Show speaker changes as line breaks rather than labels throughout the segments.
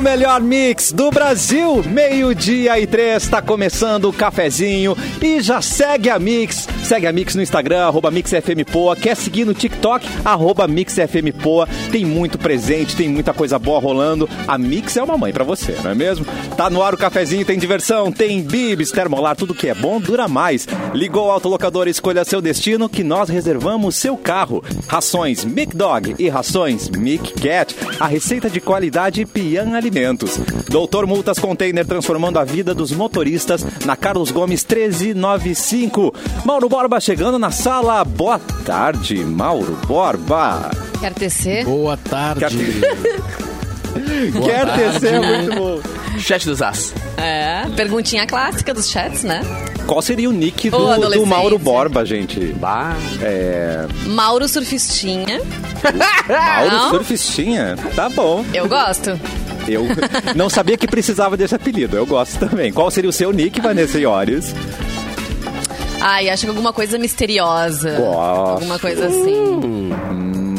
melhor mix do Brasil. Meio-dia e três, está começando o cafezinho. E já segue a Mix. Segue a Mix no Instagram, arroba MixFMPoa. Quer seguir no TikTok? Arroba MixFMPoa. Tem muito presente, tem muita coisa boa rolando. A Mix é uma mãe para você, não é mesmo? Tá no ar o cafezinho, tem diversão, tem bibs, termolar, tudo que é bom dura mais. Ligou o autolocador, escolha seu destino que nós reservamos seu carro. Rações Mic Dog e rações Mic Cat. A receita de qualidade Pian Alimentos. Doutor Multas Container transformando a vida dos motoristas na Carlos Gomes 1395. Mauro Borba chegando na sala. Boa tarde, Mauro Borba.
Quer tecer?
Boa tarde. Boa
Quer
tarde.
tecer, muito bom.
Chat dos As.
É. Perguntinha clássica dos chats, né?
Qual seria o nick
Ô,
do, do
adolescente.
Mauro Borba, gente?
Bah.
É,
Mauro Surfistinha.
Mauro
Ah, Não.
Surfistinha? Tá bom.
Eu gosto.
Eu não sabia que precisava desse apelido. Eu gosto também. Qual seria o seu nick, Vanessa Iores?
Ai, acho que alguma coisa misteriosa.
Gosto.
Alguma coisa assim.
Hum,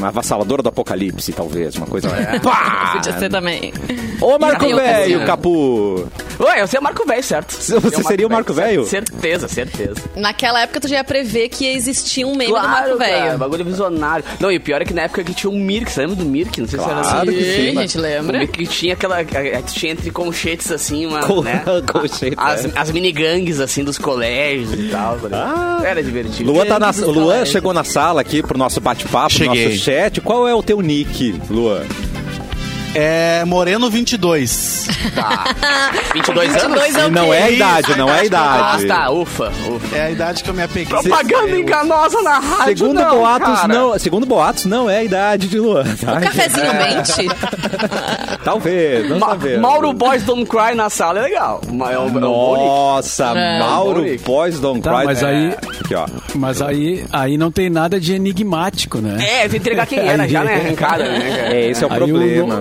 avassaladora do apocalipse, talvez. Uma coisa... Pá!
Podia ser também.
Ô, Marco
Tem
Velho,
ocasião.
Capu!
Ué, eu sei o Marco Velho, certo?
Você
Eu
seria o Marco Velho?
Certeza, certeza.
Naquela época tu já ia prever que ia existir um meme do Marco
cara,
Velho.
é Bagulho visionário. Não, e o pior é que na época que tinha o Mirk, você lembra do Mirk? Não sei se era
Claro
assim.
que sim,
Ih,
mas-
gente,
O
lembra?
Mirk tinha aquela. a- a- Tinha entre colchetes assim, uma.
Col-
né?
colchete,
As,
é.
as minigangues assim dos colégios e tal. tá ligado? Era divertido.
Luan, Ah. tá na,
Grandes
Luan
talentos.
chegou na sala aqui pro nosso bate-papo, pro
Cheguei.
nosso chat. Qual é o teu nick, Luan?
É Moreno 22.
Tá. 22 anos?
22 anos.
Não é a
isso,
idade, não é a
Ah,
idade.
tá, ufa, ufa.
É a idade que eu me apeguei.
Propaganda
Eu-
enganosa na rádio.
Segundo
não,
boatos,
cara.
não. Segundo boatos, não é a idade de Luan. tá?
Um cafezinho mente.
Talvez, não
Ma-
sabemos.
Mauro Boys Don't Cry na sala é legal. Ma- É um, é um bom nick.
Nossa,
É,
Mauro
Bonic.
Boys Don't
Tá,
Cry.
mas
É.
aí-
Aqui, ó.
Mas aí, aí não tem nada de enigmático, né?
É, tem que entregar quem era já, né? Arrancada, né, cara?
É, esse é o
Aí
problema.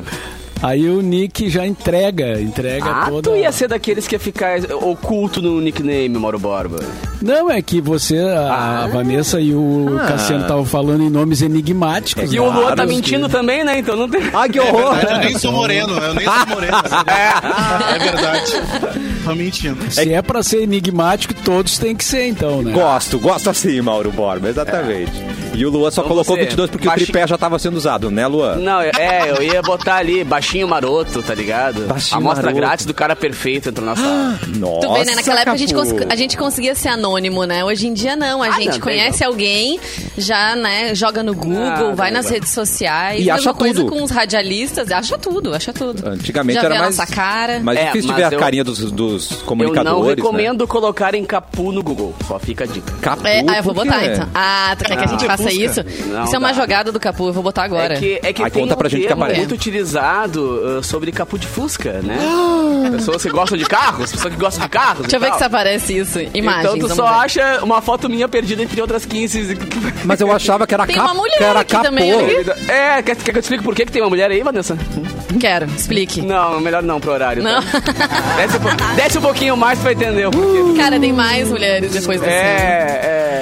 O, aí o Nick já entrega, entrega
Ah,
toda...
tu ia ser daqueles que ia ficar oculto no nickname, Mauro Borba.
Não, é que você, a
Ah.
Vanessa e o Cassiano
Ah.
estavam falando em nomes enigmáticos.
E
né?
o Luan tá
Claro,
mentindo também, né? Então não tem.
Ah, que horror!
Eu nem sou moreno, eu nem sou moreno. É verdade. Tô mentindo.
que- Se é pra ser enigmático, todos têm que ser, então, né?
Gosto, gosto assim, Mauro Borba, exatamente. E o Luan só
Então
colocou
você,
22 porque o
baixinho-
tripé já tava sendo usado, né, Luan?
Não, é, eu ia botar ali baixinho maroto, tá ligado?
Baixinho
A mostra
maroto.
grátis do cara perfeito entrou na sala.
Nossa,
Tu vê, né? Naquela época a gente,
Capu.
cons- a gente conseguia ser anônimo, né? Hoje em dia não. A
Ah,
gente
não,
conhece alguém, já, né, joga no Google,
Ah,
vai
não,
nas
não.
redes sociais.
E acha
mesma coisa
tudo.
com os radialistas. Acha tudo, acha tudo.
Antigamente
já
era
vê
mais.
a nossa cara.
Mais
É,
difícil de
mas
ver a
eu-
carinha dos, dos
Eu não
comunicadores.
recomendo colocar em capu no Google. Só fica a dica.
Né? Capu,
É, ah, eu vou
por
botar
quê?
então. Ah, tu quer que a gente
Ah,
faça
busca.
isso?
Não
isso é uma
dá.
jogada do Capu, eu vou botar agora.
É que, é que
Aí
tem
conta
um
pra gente que
termo
aparece.
muito utilizado uh, sobre capu de fusca, né? pessoas que gostam de carros, pessoas que gostam de carros.
Deixa
e
eu ver
tal.
que se aparece isso. Imagens.
Então tu
vamos
só
ver.
acha uma foto minha perdida entre outras 15.
Mas eu achava que era,
Tem
cap...
uma mulher
que era
aqui
capô.
também, olha
É, quer, quer que eu explique por que, que tem uma mulher aí, Vanessa?
Quero, explique.
Não, melhor não pro horário. tá?
Não.
Desce, um po- desce um pouquinho mais pra entender o porquê.
Cara, tem mais mulheres depois desse. Ah,
É,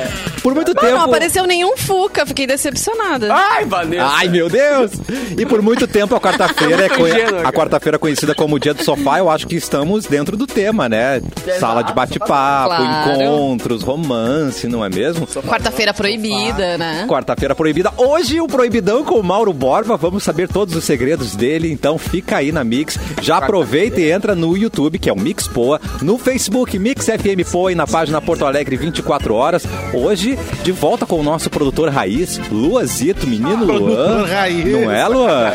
é.
Por muito
Não,
tempo.
não apareceu nenhum Fuca, fiquei decepcionada.
Ai, Vanessa.
Ai, meu Deus! E por muito tempo a quarta-feira é
Muito
co-
ingênuo,
a
cara.
quarta-feira é conhecida como o dia do sofá. Eu acho que estamos dentro do tema, né? Sala de bate-papo,
Claro.
encontros, romance, não é mesmo?
Quarta-feira proibida, né?
Quarta-feira proibida. Hoje o proibidão com o Mauro Borba. Vamos saber todos os segredos dele. Então fica aí na Mix. Já aproveita e entra no YouTube, que é o Mix Poa, no Facebook Mix FM Poa e na página Porto Alegre 24 horas. Hoje de volta com o nosso produtor raiz, Luazito, menino Luan.
Ah, produtor raiz.
Não é, Luan?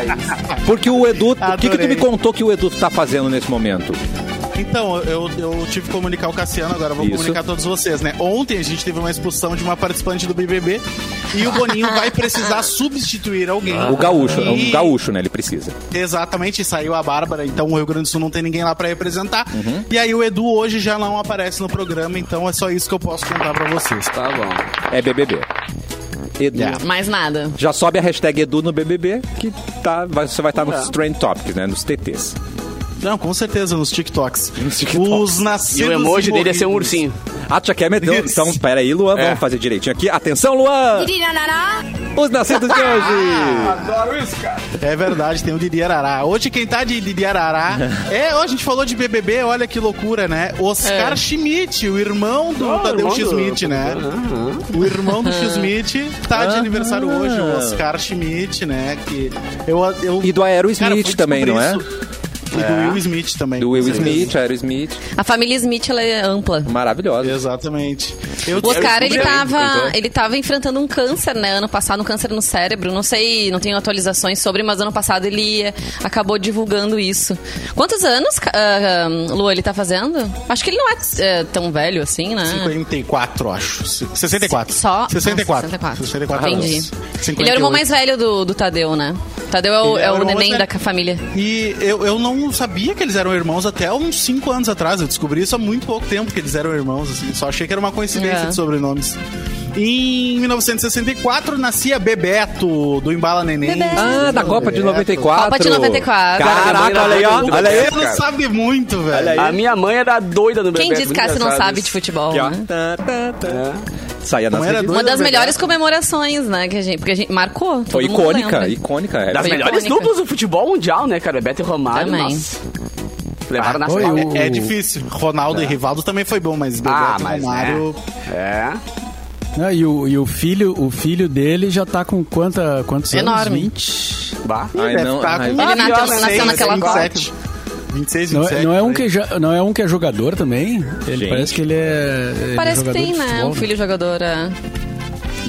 Porque o Edu, o que que tu
Adorei.
me contou que o Edu tá fazendo nesse momento?
Então, eu, eu tive que comunicar o Cassiano, agora eu vou
Isso.
comunicar a todos vocês, né? Ontem a gente teve uma expulsão de uma participante do BBB e o Boninho vai precisar substituir alguém.
O gaúcho, é um
E-
gaúcho, né? Ele precisa.
Exatamente, saiu a Bárbara, então o Rio Grande do Sul não tem ninguém lá pra representar.
Uhum.
E aí o Edu hoje já não aparece no programa, então é só isso que eu posso contar pra vocês.
Tá bom.
É BBB. Edu.
Yeah.
Mais nada.
Já sobe a hashtag Edu no BBB, que tá, vai- você vai estar nos Trend Topics, né? Nos TTs.
Não, com certeza, nos TikToks.
Nos TikToks.
Os nascidos
E o emoji
e
dele é ser um
morridos.
ursinho.
Ah, tu já quer meter. o-
Isso.
Então, peraí, Luan, vamos fazer direitinho aqui. Atenção, Luan! Os nascidos de hoje!
É verdade, tem o Didi Arará. Hoje quem tá de Didi Arará é, ó, a gente falou de BBB, olha que loucura, né? Oscar
É.
Schmidt, o irmão do
Ah,
Tadeu
irmão do-
Schmidt, né? O irmão do Schmidt tá de aniversário hoje, o Oscar Schmidt, né? Que eu, eu,
E do Aero
Cara, eu fui
Smith também, não é?
descobrir isso. E do Will Smith também.
Do
com
Will
certeza.
Smith, Aero Smith.
A família Smith, ela é ampla.
Maravilhosa.
Exatamente. Eu
O Oscar, ele
descobri aí,
tava,
então.
ele tava enfrentando um câncer, né? Ano passado, um câncer no cérebro. Não sei, não tenho atualizações sobre, mas ano passado ele eh, acabou divulgando isso. Quantos anos, ca- ah, ah, Lu, ele tá fazendo? Acho que ele não é eh, tão velho assim, né?
54, acho. 64.
Só?
64.
Ah, 64.
64
Entendi.
anos.
Ele é o irmão
58.
mais velho do, do Tadeu, né? Tadeu é o,
Ele
é
é o
o
irmão
neném
mais
da
velho.
ca- família.
E eu, eu não sabia que eles eram irmãos até uns 5 anos atrás. Eu descobri isso há muito pouco tempo que eles eram irmãos, assim. Só achei que era uma coincidência
É.
de sobrenomes. Em 1964 nascia Bebeto, do Embala Neném.
Ah, da Copa de 94.
Copa de 94.
Caraca, olha aí, ó. Olha aí.
Você não sabe muito, velho.
Olha aí.
É A minha mãe era doida no bebê.
Quem diz que Cássio não sabe de futebol,
Aqui, ó.
né?
Tá, tá, tá. Saía nas
Não era
revistas.
Uma
Dois
das
é
melhores comemorações, né? Que a gente, porque a gente marcou.
Foi
todo mundo
icônica,
lembra.
icônica. é.
Das
Foi
melhores
icônica.
duplas do futebol mundial, né, cara? Beto e Romário.
Também.
nossa. Levaram na
foi
final.
o-
É difícil.
É.
Ronaldo e Rivaldo também foi bom, mas Bebeto
Ah,
e
mas,
Romário.
É.
Ah, e, o, e o filho, o filho dele já tá com quanta, quantos
Enorme.
anos? 20?
Bah.
Ai,
Deve
não,
estar
ai,
com um
Ele nasceu-
26,
nasceu naquela
27. 26, 27.
Não, é- não é um
por aí.
que já, não é um que é jogador também? Ele
Gente.
parece que ele é. ele é
Parece que
jogador
tem,
de
né?
futebol,
Um filho jogador. é.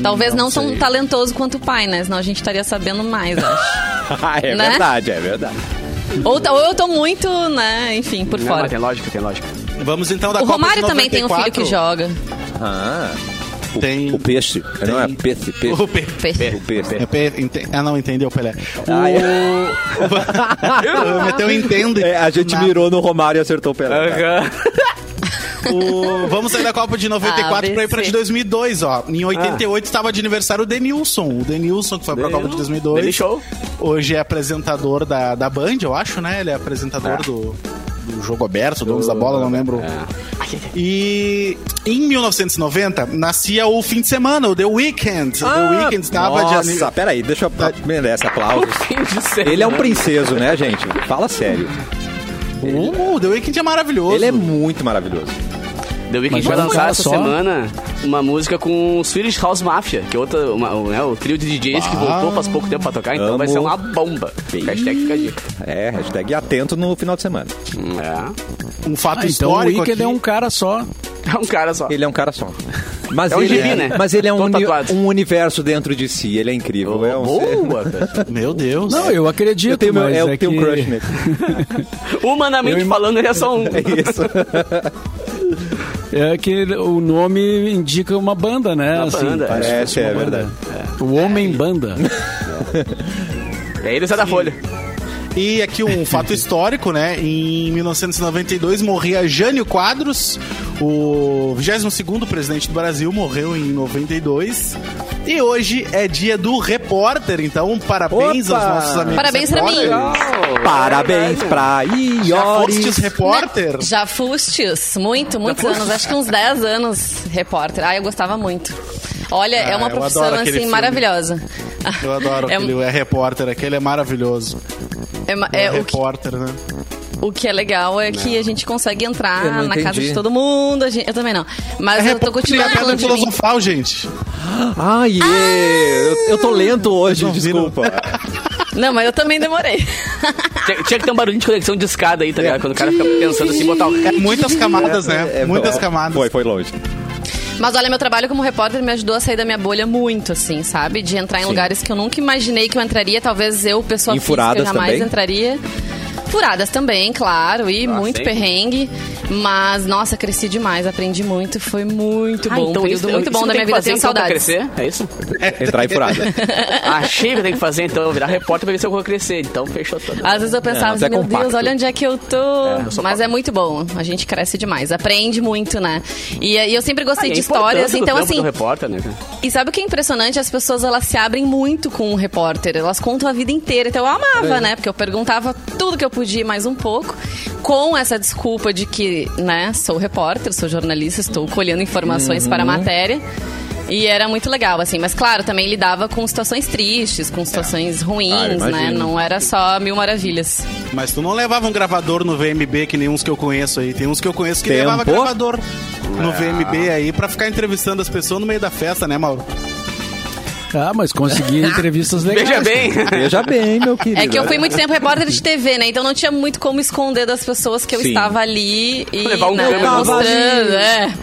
Talvez não, tão
sei.
talentoso quanto o pai, né? Senão a gente estaria sabendo mais, acho.
Ah, é
Né?
verdade, é verdade.
ou, ta- ou eu tô muito, né? Enfim, por
Não,
fora.
mas é tem lógica, tem lógica.
Vamos então da
O
Copa de
Romário também tem um filho que
94.
joga.
Ah, o,
Tem-
o peixe. Não, é peixe, peixe.
O Pe-
Perfeito.
O peixe.
É Pe- ente- Ah, não, entendeu, Pelé.
Ah, é.
O Prometeu entende.
É, a gente
Na-
mirou no Romário e acertou o Pelé. cara.
o- Vamos sair da Copa de 94
Ah,
pra ir pra de
BC.
2002, ó. Em 88 estava de aniversário o Denilson. O Denilson, que foi pra
Denil-
Copa de 2002.
Denil Show.
Hoje é apresentador da, da Band, eu acho, né? Ele é É. apresentador do, do Jogo Aberto, Donos da Bola, não lembro. E em 1990 nascia o fim de semana, o The Weeknd.
Ah,
o The Weeknd estava de Tá.
Nossa,
aniversário.
peraí, deixa eu... Merece aplausos.
Fim de semana.
Ele é um princeso, né, gente? Fala sério.
O The Weeknd é maravilhoso.
Ele é muito maravilhoso.
The Weeknd
Mas
vai
vamos
lançar
lá
essa
só.
semana uma música com o Swedish House Mafia, que é outra, uma- um, né, o trio de DJs que voltou faz pouco tempo pra tocar, então
Ah. Amo.
vai ser uma bomba. Hashtag fica a dica.
É, hashtag atento no final de semana.
Hum, É.
um
Ah,
fato
então o
histórico
Wicked
aqui.
é um cara só.
É um cara só.
Ele é um cara só. Mas
É um
ele,
gibi, né?
Mas ele é um,
Todo
uni-
tatuado. Oh,
um universo dentro de si. Ele é incrível. é um ser-
Boa, cara.
Meu Deus.
Não, eu acredito.
Eu tenho, meu,
mas
é,
é
eu tenho
que-
um crush nele.
Humanamente falando, ele é só um.
Isso.
É que o nome indica uma banda, né?
Uma
assim,
banda,
parece
é,
que fosse
é
uma banda.
verdade.
O Homem Banda.
E aí É, ele sai da folha.
E aqui um fato histórico, né? Em 1992 morria Jânio Quadros, o 22º presidente do Brasil, morreu em 92. E hoje é dia do repórter, então parabéns
Opa!
aos nossos amigos.
Parabéns pra
repórteres.
mim.
Parabéns pra
Já fostes
Ioris.
repórter?
Né? Já fustes, muito, muitos anos, acho que uns 10 anos, repórter. Ah, eu gostava muito. Olha, é
Ah, eu
uma
adoro
profissão
aquele
assim
filme.
maravilhosa.
Eu adoro
é,
aquele é repórter, aquele é maravilhoso.
é ma-
É,
é o, que,
repórter, né?
o que é legal é que a gente consegue entrar
Eu não
na casa
entendi.
de todo mundo. a gente- eu também não. Mas eu tô
é
continuando
pedra
falando de
né,
mim.
filosofal, gente.
Ai, é, eu, eu tô lento hoje,
Não viram?
desculpa.
Não, mas eu também demorei.
Tinha, tinha que ter um barulhinho de conexão de escada aí, tá ligado? Quando o cara fica pensando assim, botar o.
É muitas camadas, né?
É,
muitas
foi-
camadas.
Foi, foi longe.
Mas olha, meu trabalho como repórter me ajudou a sair da minha bolha muito, assim, sabe? De entrar em lugares que eu nunca imaginei que eu entraria. Talvez eu, pessoa
Em
física,
furadas
eu jamais
também?
entraria. Furadas também, claro, e
Ah,
muito
sempre.
perrengue. Mas, nossa, cresci demais, aprendi muito, foi muito
Ah,
bom. um período
isso-
muito
isso
bom da
tem
minha
que
vida,
fazer,
tenho
então, pra
saudades.
crescer? É isso?
Entrar em furada.
Achei que eu tenho que fazer, então, eu virar repórter pra ver se eu vou crescer. Então, fechou tudo.
Às vezes eu pensava
mas
assim,
é
meu Deus,
compacto.
olha onde é que eu tô.
eu sou
Mas
compacto.
é muito bom, a gente cresce demais, aprende muito, né? E, e eu sempre gostei
Ah, e a
de
importância
histórias,
do
então
trampo
assim,
do repórter, né, cara?
E sabe o que é impressionante? As pessoas elas se abrem muito com o repórter. Elas contam a vida inteira. Então eu amava, né? Porque eu perguntava tudo que eu repudiei mais um pouco, com essa desculpa de que, né, sou repórter, sou jornalista, estou colhendo informações para a matéria. E era muito legal, assim. Mas, claro, também lidava com situações tristes, com situações ruins, né?
imagino.
Não era só mil maravilhas.
Mas tu não levava um gravador no VMB que nem uns que eu conheço aí. Tem uns que eu conheço que
Tempo.
levava gravador no VMB aí pra ficar entrevistando as pessoas no meio da festa, né, Mauro?
Ah, mas consegui entrevistas legais.
Ah,
Veja bem.
Veja bem, meu querido.
É que eu fui muito tempo repórter de TV, né? Então não tinha muito como esconder das pessoas que eu
Sim.
estava ali e
Levar um
né,
câmera.
mostrando. É.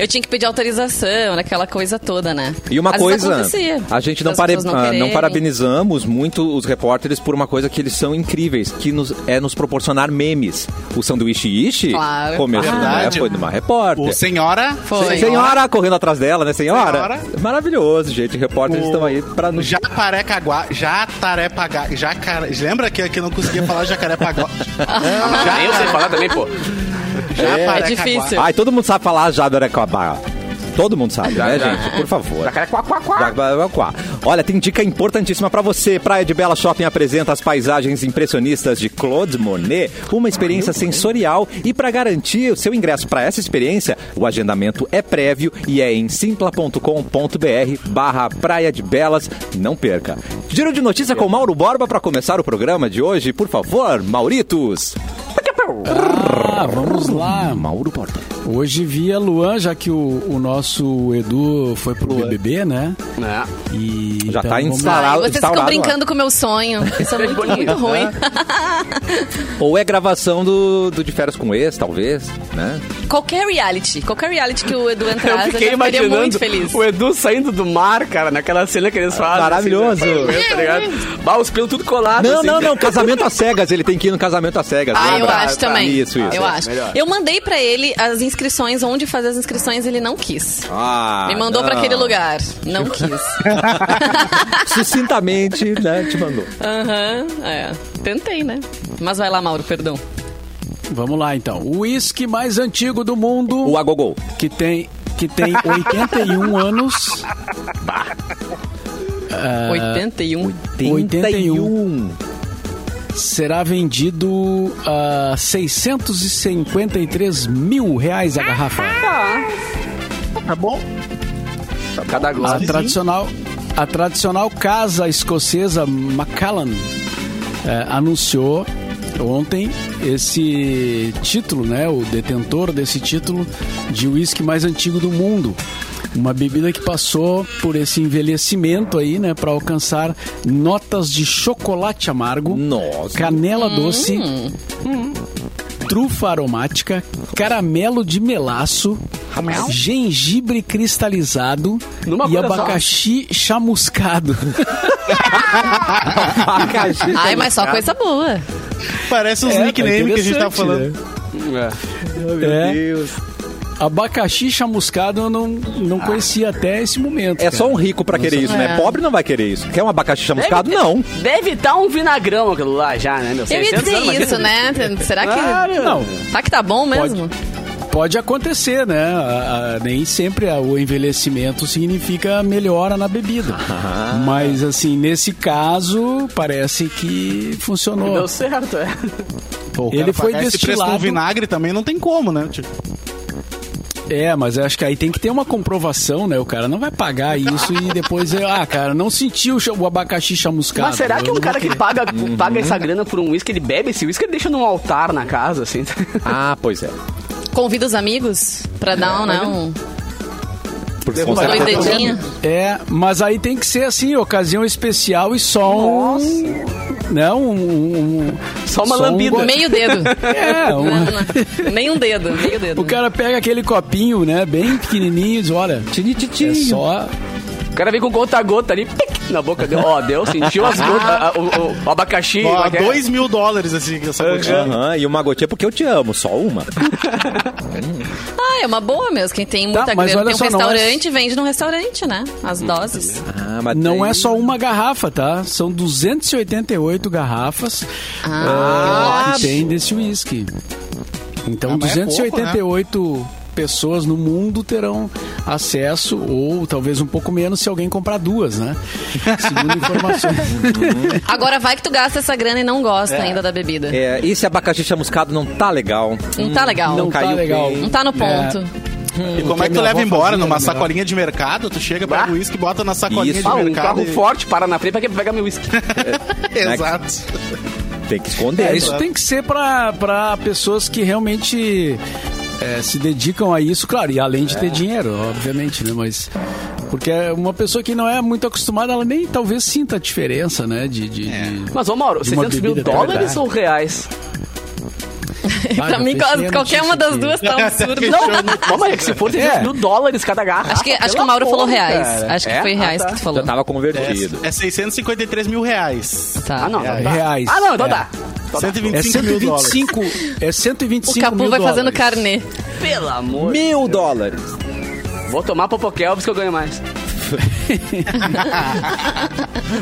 eu tinha que pedir autorização, aquela coisa toda, né?
E uma
Às vezes
coisa,
acontecia,
a gente não,
das
pare-
pessoas
ah, não
quererem.
parabenizamos muito os repórteres por uma coisa que eles são incríveis, que nos, é nos proporcionar memes. O sanduíche Ishi
Claro.
começou, né,
Verdade.
foi de uma repórter.
O senhora.
Foi.
Senhora correndo atrás dela, né, senhora?
Senhora.
Maravilhoso, gente. Repórteres
O-
estão aí pra nos.
Jacarepaguá, Jatarepagá, Jacaré... Lembra que aqui eu não conseguia falar Jacarepaguá?
Nem eu sei falar também, pô.
Jacarecaguá.
É difícil.
Ai, todo mundo sabe falar Jabarecabá. Todo mundo sabe, né,
já.
gente? Por favor.
Cara, quá, quá, quá.
Quá, quá, quá. Olha, tem dica importantíssima pra você. Praia de Bela Shopping apresenta as paisagens impressionistas de Claude Monet, uma experiência sensorial. E pra garantir o seu ingresso pra essa experiência, o agendamento é prévio e é em simpla.com.br barra Praia de Belas. Não perca. Giro de notícia com Mauro Borba pra começar o programa de hoje. Por favor, Mauritos.
Ah, vamos lá.
Mauro Borba.
Hoje via Luan, já que o, o nosso Edu foi pro BBB, né?
Ah,
É.
E então
Já tá
vamos-
instalado.
Ai, vocês
instaurado
ficam
lá.
brincando com o meu sonho. Isso é muito, muito ruim.
Ou é gravação do, do De Férias com Ex, talvez, né?
Qualquer reality, qualquer reality que o Edu
Eu
entrasse, eu,
fiquei
já ficaria muito
imaginando
feliz.
o Edu saindo do mar, cara, naquela cena que eles fazem.
Ah, Maravilhoso.
assim, né? Tá ligado? Bah, os pelos tudo colados.
Não,
assim,
não,
cara.
não. Casamento às cegas. Ele tem que ir no casamento às cegas.
Ah, eu
lembra?
acho também.
tá. Isso, isso.
Eu acho.
melhor.
Eu mandei pra ele as inscrições, onde fazer as inscrições, ele não quis.
Ah,
Me mandou
não.
pra aquele lugar. Não quis.
Sucintamente, né? Te mandou.
Aham, é. Tentei, né? Mas vai lá, Mauro, perdão.
Vamos lá, então. O uísque mais antigo do mundo.
O Agogol.
que tem que tem 81 anos. Ah,
81.
81. Será vendido a 653 mil reais a garrafa.
Tá bom?
Cada
A
gosto.
tradicional, a tradicional casa escocesa Macallan eh, anunciou ontem esse título, né, o detentor desse título de uísque mais antigo do mundo. Uma bebida que passou por esse envelhecimento aí, né, para alcançar notas de chocolate amargo,
Nossa.
canela doce, trufa aromática, caramelo de melaço, gengibre cristalizado
Numa
e
coisa só.
abacaxi chamuscado. um.
Ai, mas só coisa boa.
Parece uns
É, tá
nicknames que a gente tá
interessante,
falando.
né?
É.
É.
Deus.
Abacaxi chamuscado eu não, não conhecia até esse momento.
É
cara.
só um rico pra querer isso, né?
É.
Pobre não vai querer isso. Quer um abacaxi chamuscado? Não.
Deve estar um vinagrão aquilo lá já, né, meu?
Eu ia
600
dizer
anos, imagina.
isso, né? Será que.
Ah, Não,
Será que tá bom mesmo?
pode acontecer, né? A- a- nem sempre a- o envelhecimento significa melhora na bebida. Mas, assim, nesse caso, parece que funcionou.
Deu certo, é.
Pô, o cara
Ele foi
pagar esse preço num
destilado.
vinagre também não tem como, né? Tipo,
É, mas eu acho que aí tem que ter uma comprovação, né? O cara não vai pagar isso e depois, é, ah, cara, não sentiu o cha- o abacaxi chamuscado.
Mas será que
Eu
um
não
cara que
quero.
paga,
Uhum.
paga essa grana por um uísque, ele bebe esse uísque, ele deixa num altar na casa, assim.
Ah, pois é.
Convida os amigos pra dar um, né? Um...
Porque
Uma
consegue-
Tá
dois dedinhos.
É, mas aí tem que ser assim, ocasião especial e só um. Não, um, um-
Só uma
um
lambida.
go-
Meio dedo.
É, um-
Não, não. Nem um dedo, meio dedo.
o cara pega aquele copinho, né, bem pequenininho, e diz, olha, é só
O cara vem com gota-gota ali, pic, na boca deu. Ó, deu, sentiu as gotas, a- o, o- o abacaxi.
ó,
como é que é?
dois mil dólares, assim, essa quantidade.
Aham, e uma gotinha porque eu te amo, só uma.
Ah, é uma boa mesmo. Quem tem muita
Tá, mas
grana, tem
olha
um
só, não é-
restaurante, vende num restaurante, né? As doses.
Ah, mas
Não
tem-
é só uma garrafa, tá? São 288 garrafas
Ah,
né?
ah, que tem desse uísque. Então,
Ah, mas é
288 pessoas no mundo terão acesso, ou talvez um pouco menos se alguém comprar duas, né? Segundo informações.
Agora vai que tu gasta essa grana e não gosta ainda da bebida.
É, e esse abacaxi chamuscado não tá legal.
Não tá legal.
Não
Não,
caiu
legal. É.
bem.
tá no ponto.
E como
que
é que tu
minha avó
leva embora?
fazia
Numa
era melhor.
sacolinha de mercado? Tu chega,
Bah.
pega o uísque, bota na sacolinha
Isso.
de
Ah, um
mercado.
carro
e-
forte para na frente pra que pegar meu uísque.
Exato.
Tem que esconder.
É, isso tem que ser para pessoas que realmente é, se dedicam a isso, claro, e além de ter dinheiro, obviamente, né? Mas. Porque uma pessoa que não é muito acostumada, ela nem talvez sinta a diferença, né? De. de, de-
Mas, ô Mauro,
De uma
600 mil
bebida,
dólares
verdade.
ou reais?
Ah,
pra
já
mim,
pensei na
qualquer uma
notícia
das
que-
duas tá um absurdo.
Não, não, mas é que se for 600 mil dólares cada garrafa.
Acho que, acho que
pelo
o Mauro falou
amor,
reais.
cara.
Acho que
É?
foi
Ah,
reais
tá.
que tu
Já
falou.
tava convertido.
É 653 mil reais.
Tá.
Ah, não. não dá.
Reais.
Ah, não, então
É.
dá.
É
125 mil dólares.
125. É 125
O Capu
mil
vai fazendo
dólares.
carnê.
Pelo amor.
Mil dólares.
Vou tomar Popokelvis que eu ganho mais.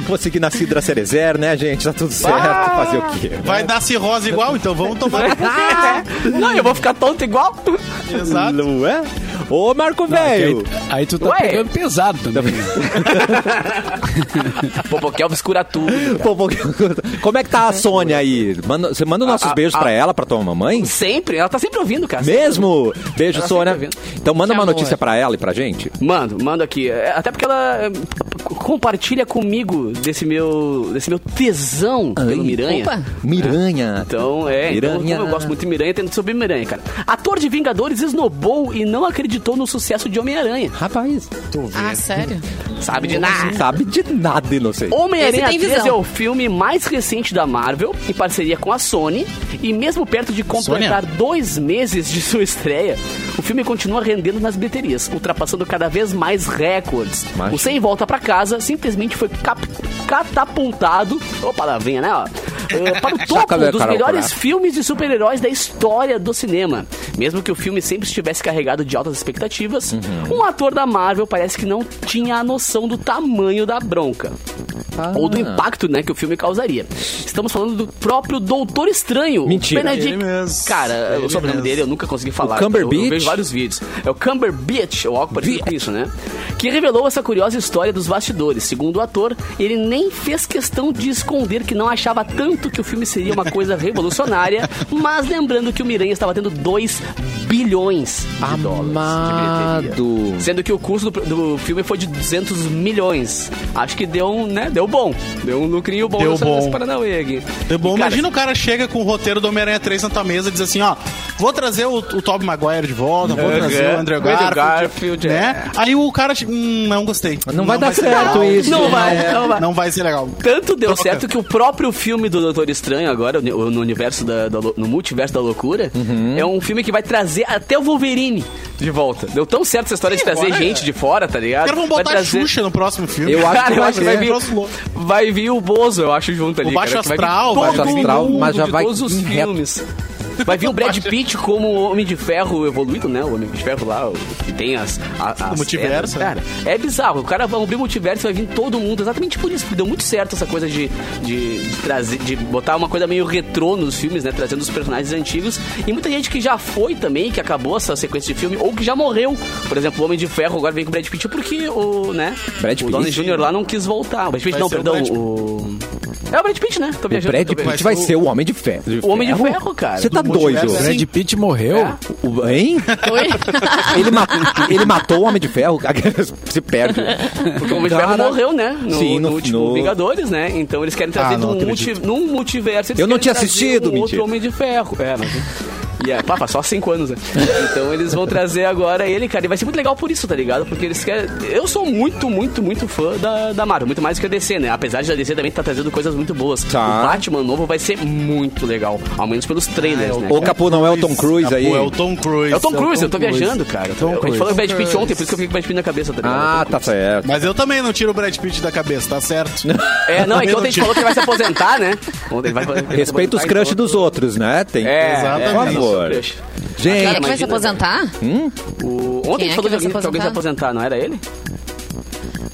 Vou seguir na Cidra Cerezer, né, gente? Tá tudo certo. Fazer o quê?
Vai dar cirrose igual, então vamos tomar.
Ah!
não, eu vou ficar tonto igual.
Exato.
Não é? Ô, Marco
Aí,
Velho!
aí tu tá
Ué.
pegando pesado também. né?
Popokelvis cura tudo.
Pô, pô, Como é que tá a Sônia aí? Manda- você manda nossos
A- a-
beijos
a-
pra ela, pra tua mamãe?
Sempre, ela tá sempre ouvindo, cara.
Mesmo? Beijo,
Ela
Sônia.
sempre tá ouvindo.
Então manda
Que
uma
amor.
notícia pra ela e pra gente.
Mando, mando aqui. É, Até porque ela é, p- p- compartilha comigo desse meu, desse meu tesão pelo Miranha.
Opa.
Miranha.
Então, é, então,
Miranha.
como eu gosto muito de Miranha, tento sobre Miranha, cara. Ator de Vingadores esnobou e não acreditou no sucesso de Homem-Aranha.
Rapaz,
Ah, sério?
Sabe de nada.
não sabe de nada, inocente.
Homem-Aranha
Esse tem
3
visão.
é o filme mais recente da Marvel, em parceria com a Sony, e mesmo perto de completar dois meses de sua estreia, o filme continua rendendo nas bilheterias, ultrapassando cada vez mais recordes.
Imagina.
O Sem Volta pra Casa simplesmente foi cap- catapultado, opa, lá vem, né, ó, eh, para o topo
Sacanagem,
dos
é, Carol,
melhores
cara.
filmes de super-heróis da história do cinema. Mesmo que o filme sempre estivesse carregado de altas expectativas,
Uhum.
um ator da Marvel parece que não tinha a noção do tamanho da bronca.
Ah. Tá.
Ou do impacto né, que o filme causaria. Estamos falando do próprio Doutor Estranho. o
Mentira.
Benedict.
Ele mesmo.
Cara,
Ele
o sobrenome
mesmo.
dele eu nunca consegui falar.
Cumberbatch?
Eu, eu vejo vários vídeos. É o Cumberbatch, ou algo parecido com isso, né? Que revelou essa curiosa história dos bastidores. Segundo o ator, ele nem fez questão de esconder que não achava tanto que o filme seria uma coisa revolucionária, mas lembrando que o Miranha estava tendo 2 bilhões de dólares de bilheteria.
Amado.
Sendo que o custo do, do filme foi de 200 milhões. Acho que deu um, né? Deu bom. Deu um lucrinho bom
Deu
nessa,
bom.
nesse Paranauê aqui.
É bom,
E, cara,
imagina o cara chega com o roteiro do Homem-Aranha 3 na tua mesa e diz assim, ó, vou trazer o, o Tobey Maguire de volta, vou
Uhum.
trazer o Andrew
Andrew
Garfield,
Garfield,
né? Aí o cara, che- hum, não gostei.
Não, vai dar
ser
certo
legal.
isso.
Não vai, não vai.
né? É, Não vai ser legal.
Tanto deu
Troca.
certo que o próprio filme do Doutor Estranho, agora, uni- no universo da, da lou- no multiverso da loucura,
Uhum.
é um filme que vai trazer até o Wolverine de volta. Deu tão certo essa história de trazer
agora,
gente de fora, tá ligado?
Os caras vão
Vai
botar
trazer-
a Xuxa no próximo filme.
Eu acho
Cara,
que
eu
vai
acho que vai
ser.
vir, vai vir o Bozo, eu acho, junto ali.
O Baixo
cara, que vai vir
Astral, vai
todo
vir. Baixo Astral,
mundo
mas já
de
vai
todos os
em reto.
filmes. Vai vir o Brad Pitt como o Homem de Ferro evoluído, né? O Homem de Ferro lá, o- que tem as... a- as pedras,
multiverso, né?
Cara, é bizarro. O cara vai abrir o multiverso e vai vir todo mundo. Exatamente por isso, porque deu muito certo essa coisa de, de, de trazer... De botar uma coisa meio retrô nos filmes, né? Trazendo os personagens antigos. E muita gente que já foi também, que acabou essa sequência de filme, ou que já morreu. Por exemplo, o Homem de Ferro agora vem com o Brad Pitt porque o, né?
Brad
O Downey
Pitt?
Jr. lá não quis voltar. O Brad Pitt
Vai
não,
ser o
perdão,
Brad Pitt.
o... É o Brad Pitt, né? Tô
O
viajando.
Brad
tô viajando.
Pitt vai ser o Homem de Ferro.
O Homem de Ferro, cara.
Você tá
Do
doido.
O
multiverso.
Brad Pitt morreu.
O- Hein?
Oi?
Ele, ma- ele matou o Homem de Ferro? Se perde.
Porque o Homem de Ferro
Cara,
morreu, né? No,
Sim, no-
no último
no-
Vingadores, né? Então eles querem
Ah,
trazer
não
num, multi,
acredito.
num multiverso. eles
Eu não
querem
tinha
trazer
assistido,
um
mentira.
outro Homem de Ferro. É, mas. E é, pá, faz só cinco anos, né? Então eles vão trazer agora ele, cara. E vai ser muito legal por isso, tá ligado? Porque eles querem. Eu sou muito, muito, muito fã da, da Marvel. Muito mais do que a DC, né? Apesar de a DC também tá trazendo coisas muito boas.
Tá.
O Batman novo vai ser muito legal. Ao menos pelos trailers, né?
Ô, Capu, não é o Tom Cruise aí?
Pô, é o Tom Cruise.
É o Tom Cruise, eu tô
Cruise.
viajando, cara.
Tom
eu, a gente
Cruise.
falou do Brad Pitt ontem, por isso que eu fiquei com o Brad Pitt na cabeça, tá ligado?
Ah, tá certo.
Mas eu também não tiro o Brad Pitt da cabeça, tá certo?
É, não, é que
Eu
ontem a gente
tiro.
falou que ele vai se aposentar, né? Ontem ele vai, ele vai
Respeita os
se aposentar,
crush
então-
dos outros, né? Tem.
É,
Exatamente.
Por favor.
Quem
Gente,
é que vai se
imagina.
aposentar?
O...
Quem
Ontem a gente
é que
falou que
vai se
alguém, que alguém se
aposentar?
aposentar, não era ele?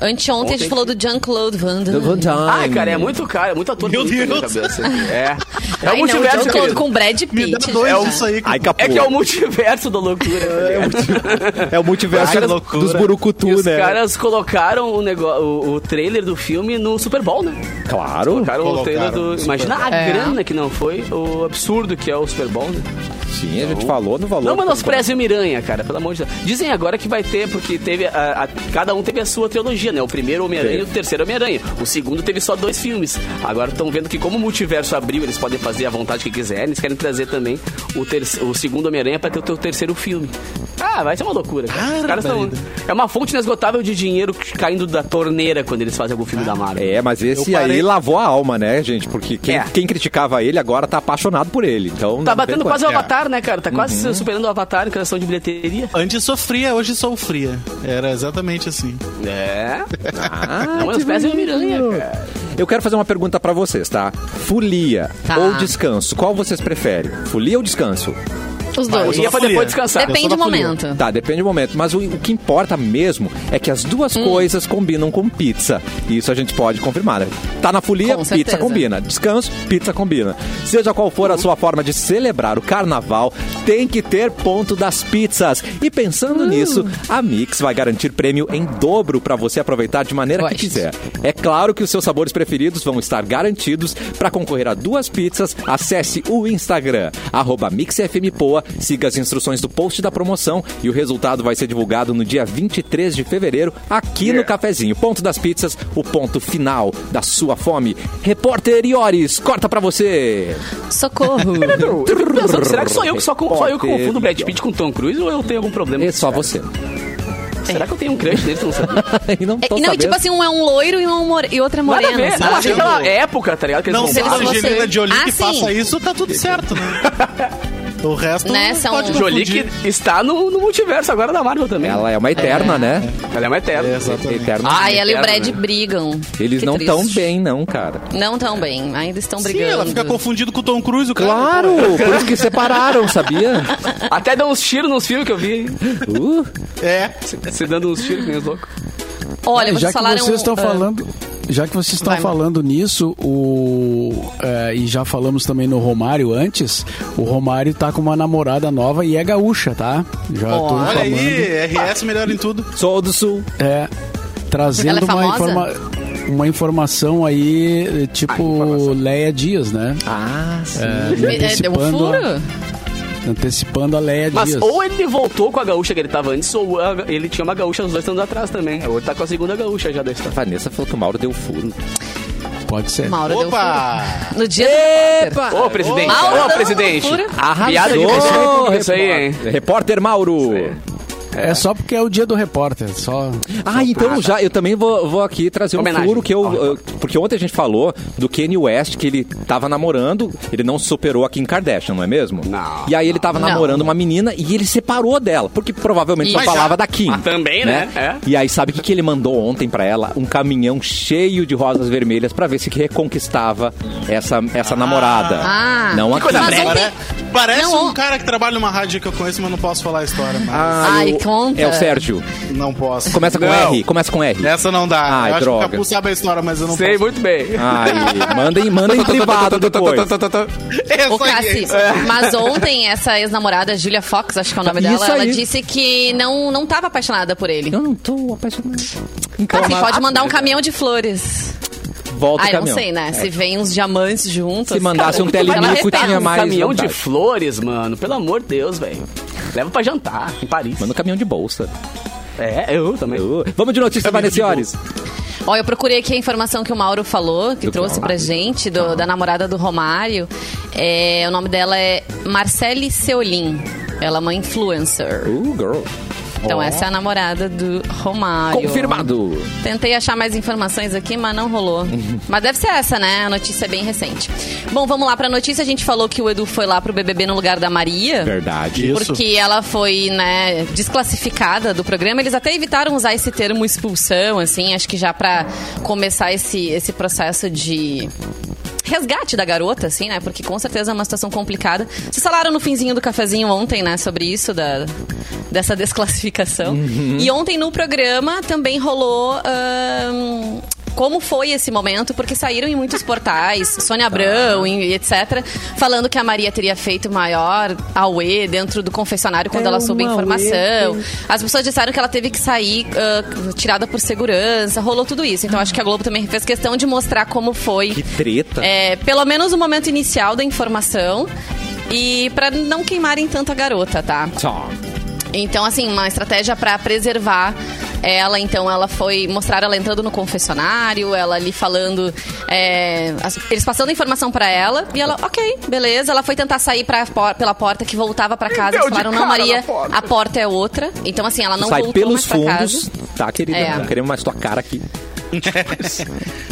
Anteontem a gente
Ontem
falou do Jean-Claude Van Damme.
Ai, cara, é
um-
muito cara, é muito ator
Meu
bonito na minha
Deus.
cabeça. É. É o
Ai, não,
multiverso,
Jean-Claude
querido.
com Brad Pitt.
Me dá dois
já.
disso aí.
Ai, capô.
É que é o multiverso da loucura. tá ligado?
É o multiverso
Ai, que
dos- dos
loucura.
burucutu,
E os
né?
caras colocaram o, negócio, o, o trailer do filme no Super Bowl, né?
Claro.
Colocaram, o
Colocaram
trailer
no
do.
Super
Imagina a
É.
grana que não foi, o absurdo que é o Super Bowl, né?
Sim, a gente falou no valor.
Não
né?
menospreze o Miranha, cara, pelo amor de Deus. Dizem agora que vai ter, porque teve. a- a- cada um teve a sua trilogia, né? O primeiro Homem-Aranha e o terceiro Homem-Aranha. O segundo teve só dois filmes. Agora estão vendo que, como o multiverso abriu, eles podem fazer à vontade que quiserem. Eles querem trazer também o, terce- o segundo Homem-Aranha pra ter o teu terceiro filme. Ah, vai ser uma loucura. Cara. Os caras tão- é uma fonte inesgotável de dinheiro caindo da torneira quando eles fazem algum filme da Marvel.
É, mas esse
Eu parei.
aí lavou a alma, né, gente? Porque quem,
É.
quem criticava ele agora tá apaixonado por ele. Então
Tá
não tem
batendo
como.
quase o
É.
Avatar, né, cara? Tá quase
Uhum.
superando o Avatar em questão de bilheteria.
Antes sofria, hoje sofria. Era exatamente assim.
É.
Ah,
Não,
que
eles pesam o Miranha,
bonito.
cara.
Eu quero fazer uma pergunta pra vocês, tá? Folia
Tá.
ou descanso? Qual vocês preferem? Folia ou descanso?
Os
Vai,
dois.
eu sou
Ia é pra
Folia.
depois descansar.
Depende
Eu sou da
do
folia.
momento.
Tá, depende do momento. Mas o, o que importa mesmo é que as duas
Hum.
coisas combinam com pizza. Isso a gente pode confirmar. Né? Tá na folia,
Com
pizza
certeza.
combina. Descanso, pizza combina. Seja qual for a sua forma de celebrar o carnaval, tem que ter ponto das pizzas. E pensando
Uh.
nisso, a Mix vai garantir prêmio em dobro pra você aproveitar de maneira que
Gosto.
quiser. É claro que os seus sabores preferidos vão estar garantidos. Para concorrer a duas pizzas, acesse o Instagram, arroba MixFMPoa, siga as instruções do post da promoção e o resultado vai ser divulgado no dia 23 de fevereiro aqui no Cafezinho. Ponto das pizzas, o ponto final da sua fome. Repórter Iores, corta pra você!
Socorro.
Eu fico pensando, será que sou eu que só, com- só eu que
Repórter.
confundo o Brad Pitt com o Tom Cruise ou eu tenho algum problema?
É só você.
Será que eu tenho um crush nele? tu Não sabia?
E não,
É,
tô
e não, e
sabendo.
tipo assim, um é um loiro e, um more- e outro é
Nada a
moreno.
ver. Não,
sabe?
achei
Não.
aquela época, tá ligado? Que eles
Não, se
bombaram.
a
eles você-
Angelina Jolie
Ah,
que
sim.
faça isso, tá tudo certo, né? O resto
Né, são-
pode
Jolie
confundir.
que está no, no multiverso agora da Marvel também.
Ela é uma eterna, né?
Ela é uma eterna.
É, exatamente.
Eterna.
Ai, ela e o Brad
Eterno, né?
brigam.
Eles
Que
não
triste.
tão bem, não, cara.
Não tão bem. Ainda estão
Sim,
brigando.
ela fica confundida com o Tom Cruise, o cara.
Claro, por isso que separaram, sabia?
Até deu uns tiros nos filmes que eu vi.
Uh,
É.
Se dando uns tiros, que nem os loucos.
É,
Olha,
É, já
vocês
que
falaram...
vocês estão
ah,
falando, já que vocês estão
Vai, Mauro.
falando nisso, o é, e já falamos também no Romário antes, o Romário tá com uma namorada nova e é gaúcha, tá? Já tô
Olha
falando.
Olha aí, RS melhor em tudo.
sou do sul.
É,
Ela é
trazendo uma,
famosa? Ah,
informa- uma informação aí, eh, tipo Leia Dias, né?
Ah, sim.
É,
é, Deu um
antecipando
furo? é
a- Antecipando a Leia
Mas
Dias.
ou ele voltou com a gaúcha que ele tava antes, ou a- ele tinha uma gaúcha uns dois anos atrás também. Ou ele tá com a segunda gaúcha já da
A
história.
Vanessa falou que o Mauro deu furo.
Pode ser.
Mauro deu um
Opa!
furo. No dia do Potter.
Ô, presidente!
Mauro
Ô,
dando
presidente!
loucura.
Piada de pessoa isso aí, hein?
Repórter Mauro.
É só porque é o dia do repórter, só
Ah, então já, eu também vou, vou aqui trazer um
Homenagem.
furo que eu.
Ó,
eu- Porque ontem a gente falou do Kanye West, que ele tava namorando, ele não superou a Kim Kardashian, não é mesmo?
Não.
E aí ele tava
Não.
namorando uma menina e ele separou dela, porque provavelmente só
Mas
falava da Kim.
Mas também, né?
E aí, sabe o que, que ele mandou ontem pra ela? Um caminhão cheio de rosas vermelhas pra ver se que reconquistava essa, essa namorada.
Ah.
não a
Que coisa
Kim.
breve.
Pare- Parece
Não,
um
ó.
cara que trabalha numa rádio que eu conheço, mas não posso falar a história. Mas
Ai,
o-
conta.
É o Sérgio.
Não posso.
Começa com
Não.
R, começa com R.
Essa não dá.
Ai,
eu acho
droga.
que o Capu sabe a história, mas eu não
Sei
posso.
muito bem.
Ai, manda em, manda em privado depois.
É,
Ô,
só
Cassi,
isso.
mas ontem essa ex-namorada, Julia Fox, acho que é o nome
Isso
dela, ela
aí. Então,
disse que não, não tava apaixonada por ele.
Eu não tô apaixonado. Então,
Assim,
ela
pode mandar um caminhão de flores.
volta
Ai,
o
não
caminhão. É.
sei, né? Se vem uns diamantes juntos.
Se mandasse um telemilco,
ela
tinha
arrebenta.
Um
mais
caminhão
vontade.
de flores, mano. Pelo amor de Deus, velho. Leva pra jantar em Paris.
Manda um caminhão de bolsa.
É, eu também.
Uh, Vamos de notícia, Vanessa Olhos.
Ó, eu procurei aqui a informação que o Mauro falou, que
Do é
trouxe pra
Romário. Tá.
gente, do- da namorada do Romário. É, o nome dela é Marcele Seolim. Ela é uma influencer.
Uh, girl.
Então essa é a namorada do Romário.
Confirmado.
Tentei achar mais informações aqui, mas não rolou. mas deve ser essa, né? A notícia é bem recente. Bom, vamos lá pra notícia. A gente falou que o Edu foi lá pro BBB no lugar da Maria.
Verdade.
Isso.
Porque ela foi, né, desclassificada do programa. Eles até evitaram usar esse termo expulsão, assim, acho que já pra começar esse, esse processo de resgate da garota, assim, né? Porque com certeza é uma situação complicada. Vocês falaram no finzinho do cafezinho ontem, né? Sobre isso, da, dessa desclassificação. E ontem no programa também rolou. ahn, como foi esse momento? Porque saíram em muitos portais, Sônia Abrão e etc., falando que a Maria teria feito maior auê dentro do confessionário quando ela soube a informação. As pessoas disseram que ela teve que sair ah, tirada por segurança, rolou tudo isso. Então acho que a Globo também fez questão de mostrar como foi
Que treta.
é, pelo menos o momento inicial da informação. E pra não queimarem tanto a garota, tá?
Tchau.
Então, assim, uma estratégia pra preservar ela. Então, ela foi mostrar ela entrando no confessionário, ela ali falando. é, as- eles passando a informação pra ela e ela, ok, beleza. Ela foi tentar sair pra, por- pela porta que voltava pra casa. Eles falaram, não, Maria, a porta é outra. Então, assim, ela não
Sai
voltou
pelos
mais pra casa.
fundos. Tá, querida?
É.
Não queremos mais tua cara aqui.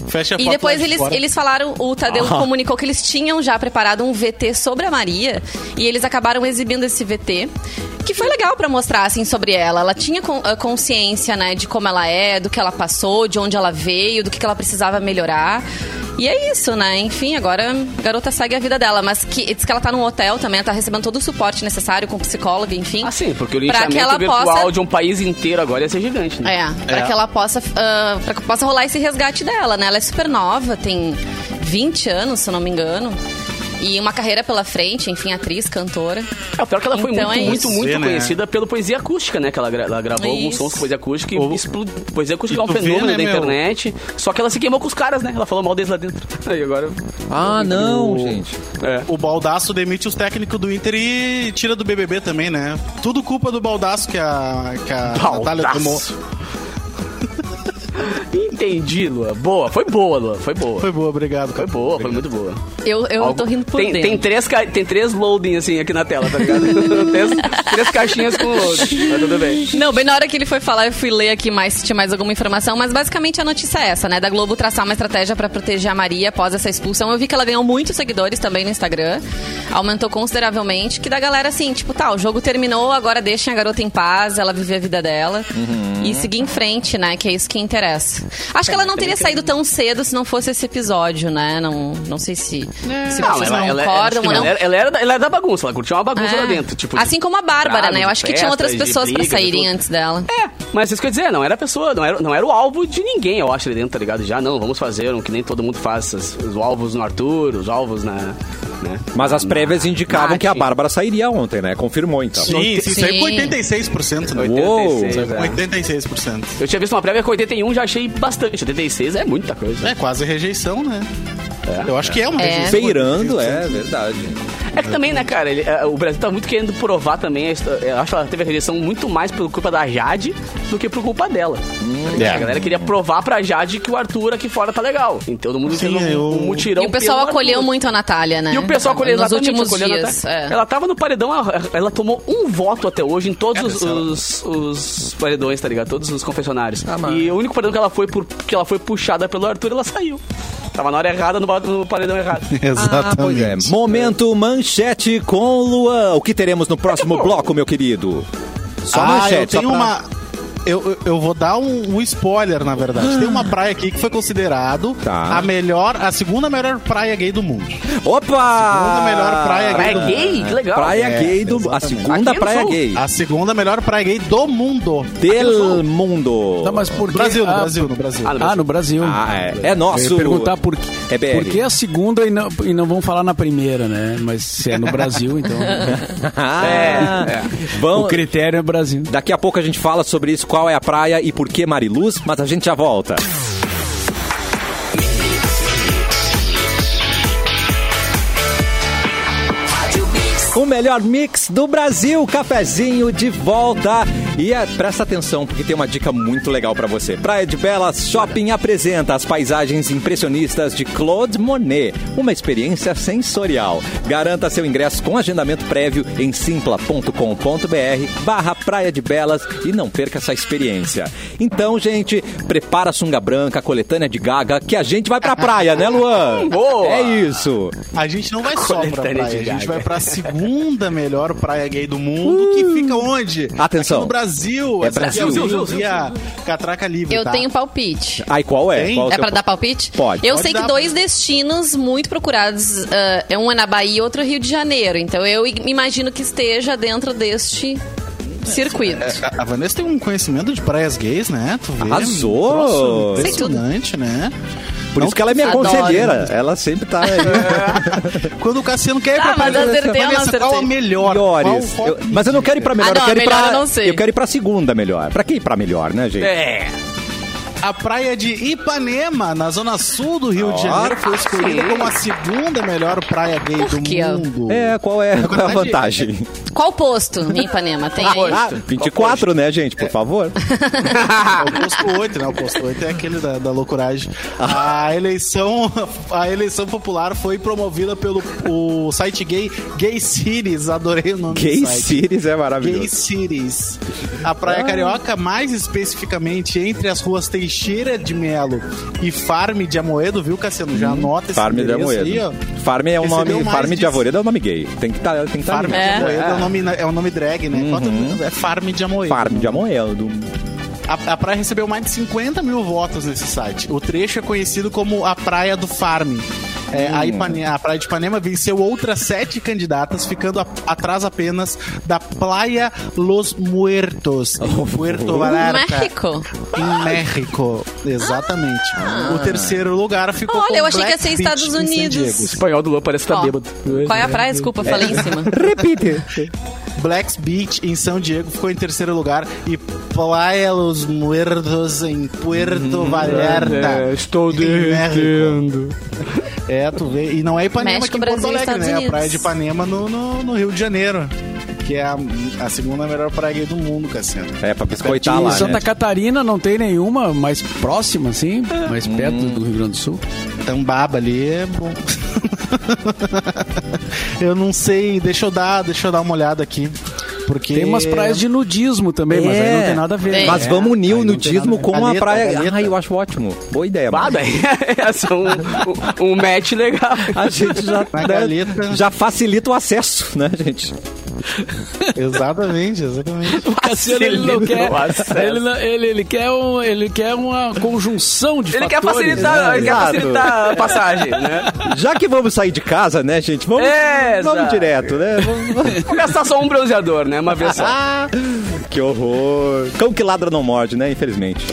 Fecha
E
a porta lá
depois
de
eles,
fora. Ah.
eles falaram, o Tadeu comunicou que eles tinham já preparado um VT sobre a Maria e eles acabaram exibindo esse VT. Que foi legal pra mostrar, assim, sobre ela. Ela tinha con- a consciência, né, de como ela é, do que ela passou, de onde ela veio, do que que ela precisava melhorar. E é isso, né? Enfim, agora a garota segue a vida dela. Mas que, diz que ela tá num hotel também, ela tá recebendo todo o suporte necessário com psicóloga, enfim.
Ah, sim, porque o
Pra que
linchamento
ela
virtual
possa
de um país inteiro agora ia ser gigante, né?
é, pra que ela possa, ah, pra que possa rolar esse resgate dela, né? Ela é super nova, tem 20 anos, se eu não me engano. E uma carreira pela frente, enfim, atriz, cantora.
É, o pior é que ela foi
Então
muito,
é
muito,
isso.
muito
Vê, né?
conhecida pela poesia acústica, né? Que ela, gra- ela gravou alguns
Isso.
sons com poesia acústica e
Ou-
explodiu. Poesia acústica
E
é um
tu vê,
fenômeno
né,
da
meu?
internet. Só que ela se queimou com os caras, né? Ela falou mal deles lá dentro. Aí agora.
Ah, não, gente.
É.
O Baldaço demite os técnicos do Inter e tira do BBB também, né? Tudo culpa do Baldaço que a, que a
Baldaço.
Natália tomou.
Entendi, Lua. Boa, foi boa, Lua. Foi boa.
Foi boa, obrigado.
Foi
cara.
boa, foi muito boa.
Eu, eu tô rindo por
tem,
dentro.
tem três, ca- tem três loading assim aqui na tela, tá ligado? três, três caixinhas com loading. Mas tudo bem.
Não, bem na hora que ele foi falar, eu fui ler aqui mais se tinha mais alguma informação, mas basicamente a notícia é essa, né? Da Globo traçar uma estratégia pra proteger a Maria após essa expulsão. Eu vi que ela ganhou muitos seguidores também no Instagram, aumentou consideravelmente, que da galera assim, tipo, tá, o jogo terminou, agora deixem a garota em paz, ela viver a vida dela
Uhum.
e seguir em frente, né? Que é isso que interessa. Acho que ela
É,
não teria saído tão cedo se não fosse esse episódio, né? Não, não sei se, se
Não,
vocês
ela-
não
ela- é
concordam
acho que
ou não.
Ela, era- ela era, da- ela era da bagunça, ela curtia uma bagunça
É.
lá dentro. Tipo, de
assim como a Bárbara,
trago,
né? Eu
de
acho que tinha outras
festas, de
pessoas pra
brigas, de
saírem
tudo.
antes dela.
É, mas isso que eu ia dizer, não era a pessoa, não era, não era o alvo de ninguém, eu acho, ali dentro, tá ligado? Já não, vamos fazer um que nem todo mundo faz, as- os alvos no Arthur, os alvos na... né?
Mas as prévias indicavam
Mate.
que a Bárbara sairia ontem, né? Confirmou, então.
Sim, sim, isso aí foi
Sim.
86%, né?
Oito- Uou.
86, é.
86%.
Eu tinha visto uma prévia com 81, já achei bastante. 86 é muita coisa.
É quase rejeição, né? Eu acho que é uma
É.
rejeição.
Feirando, é verdade.
É que também, né, cara, ele- é, o Brasil tá muito querendo provar também, a histó- eu acho que ela teve a rejeição muito mais por culpa da Jade do que por culpa dela.
Hum, é.
A galera queria provar pra Jade que o Arthur aqui fora tá legal. Então todo mundo
Sim,
fez um,
eu-
um mutirão.
E o pessoal
pelo
acolheu
Arthur.
muito a Natália, né?
E o pessoal acolheu
Nos
exatamente,
últimos
acolheu
dias.
até-
é.
Ela tava no paredão, ela, ela tomou um voto até hoje em todos
Cara,
os,
se ela- Ah,
os- os paredões, tá ligado? Todos os confessionários. e o único paredão que ela foi por, que ela foi puxada pelo Arthur, ela saiu. Tava na hora errada, no, ba- no paredão errado.
Ah,
Exatamente.
pois é. Momento manchete com Luan. O que teremos no próximo bloco, meu querido? Só
ah,
manchete.
eu tenho
só pra-
uma... Eu, eu- eu vou dar um, um spoiler, na verdade. Tem uma praia aqui que foi considerado
Tá.
a melhor, a segunda melhor praia gay do mundo.
Opa!
Segunda melhor praia
Praia
gay.
é gay? Que legal.
Praia
É,
gay do... A
exatamente.
segunda
Aqui no
praia
sul.
gay.
A segunda melhor praia gay do mundo.
é
Del mundo.
Tá, mas por
No
que-
Brasil, no
ah,
Brasil, no Brasil.
Ah, no
Ah, no Brasil.
Ah, é. É nosso.
Eu ia perguntar por, que-
É BR.
por que a segunda e não, e não vão falar na primeira, né? Mas se é no Brasil, então.
Ah,
o
Vamos...
critério é Brasil.
Daqui a pouco a gente fala sobre isso, qual é a praia e por que Mariluz, mas a gente já volta. O melhor mix do Brasil, cafezinho de volta. E é, presta atenção, porque tem uma dica muito legal pra você. Praia de Belas Shopping apresenta as paisagens impressionistas de Claude Monet, uma experiência sensorial. Garanta seu ingresso com agendamento prévio em simpla.com.br barra Praia de Belas e não perca essa experiência. Então, gente, prepara a sunga branca, a coletânea de gaga, que a gente vai pra praia, né, Luan?
Boa!
É isso.
A gente não vai só pra
Coletânea
praia,
de
a
Gaga.
gente vai pra segunda melhor praia gay do mundo, que fica onde?
Uh. Atenção.
Aqui no Brasil.
É
Essa aqui
Brasil.
hoje em dia, Catraca livre,
Eu
tá?
tenho palpite.
Ai, qual é?
Tem?
Qual o
É
teu
pra dar
palpite?
palpite?
Pode.
Eu
Pode
sei
dar.
que dois destinos muito procurados, ah, é um é na Bahia e outro é Rio de Janeiro. Então eu i- imagino que esteja dentro deste circuito.
A- A Vanessa tem um conhecimento de praias gays, né? Tu vê,
Arrasou!
um troço
Sei tudo.
Impressionante, né?
Por isso que ela é minha
Adoro.
conselheira. Ela sempre tá aí.
Quando o Cassiano quer ir
Tá,
pra
mas
Vanessa,
acertei, eu não
Vanessa, qual a
acertei.
melhor?
Melhores.
Qual- qual-
Eu- mas eu não quero ir pra melhor,
Ah, não,
eu quero ir pra.
melhor eu não sei.
quero ir pra segunda melhor. Pra quem ir pra melhor, né, gente?
É.
A praia de Ipanema, na zona sul do Rio de
Ó,
Janeiro, foi escolhida
sim.
como a segunda melhor praia gay
Por
do
quê?
mundo.
É, qual é, qual é a
verdade,
vantagem?
Qual posto em Ipanema tem aí?
Ah, 24, né, gente? Por favor.
É o posto 8, né? O posto 8 é aquele da, da loucuragem. A eleição, a eleição popular foi promovida pelo o site gay Gay Cities. Adorei o nome
Gay
do site.
Cities é
Gay
maravilhoso. Ah.
Cities. A Praia Carioca, mais especificamente entre as ruas Teixeira de Melo e Farm de Amoedo, viu, Cassiano? Já anota esse
Uhum. Farm de
endereço aí, ó.
Amoedo. Farm é um
Recebeu
nome.
mais
Farm de
de-
Arvoredo é um nome gay. Tem que estar. Tem que tá
Farm
ali.
de
É.
Amoedo é o nome, é o nome drag, né? Qual é o- É Farm de Amoedo.
Farm de Amoedo.
A, a praia recebeu mais de 50 mil votos nesse site. O trecho é conhecido como a Praia do Farm. É,
Hum.
a, Ipane- a Praia de Ipanema venceu outras sete candidatas, ficando a- atrás apenas da Praia Los Muertos, em Puerto Vallarta,
México.
em México. Exatamente. O terceiro lugar ficou
Ah. Olha,
com
eu achei que ia
Black
ser
Beach,
Estados
em San
Unidos.
Diego.
espanhol do Lô parece que tá
Ó,
bêbado.
Qual é a praia? Desculpa, falei em cima.
Black Beach em São Diego ficou em terceiro lugar e Playa Los Muertos em Puerto
Uhum.
Vallarta.
É, estou
em México.
derretendo.
É, tu vê. E não é Ipanema
México,
que em Porto
Brasil e
Alegre,
Estados
né? É a
Unidos.
praia de Ipanema no, no, no Rio de Janeiro. Que é a, a segunda melhor praia gay do mundo, Cassiano.
É, pra biscoitar
em
lá.
Santa
né?
Catarina não tem nenhuma mais próxima, assim, mais
Hum.
perto do Rio Grande do Sul.
Tambaba ali é bom. eu não sei, deixa eu dar, deixa eu dar uma olhada aqui. Porque
Tem umas praias de nudismo também, mas aí não
É.
tem nada a ver.
Tem.
né?
Mas vamos unir
Aí
o
não tem
nudismo
nada
com a
Caneta,
praia.
caneta.
Ah, eu acho ótimo. Boa ideia. mano.
Bada, é só um, um, um match legal.
A gente já,
Na
né,
caneta.
já facilita o acesso, né, gente?
Exatamente, exatamente.
O Cassiano,
assim, né?
ele não quer.
Facilita o acesso.
Ele, não- ele, ele quer um, ele quer uma conjunção de
Ele quer
fatores.
facilitar,
né?
ele quer
Exato.
facilitar a passagem, né?
Já que vamos sair de casa, né, gente? Vamos,
É,
vamos
exato.
direto, né? Vamos-
Vou gastar só um bronzeador, né? Uma vez só.
Ah, que horror. Cão que ladra não morde, né? Infelizmente.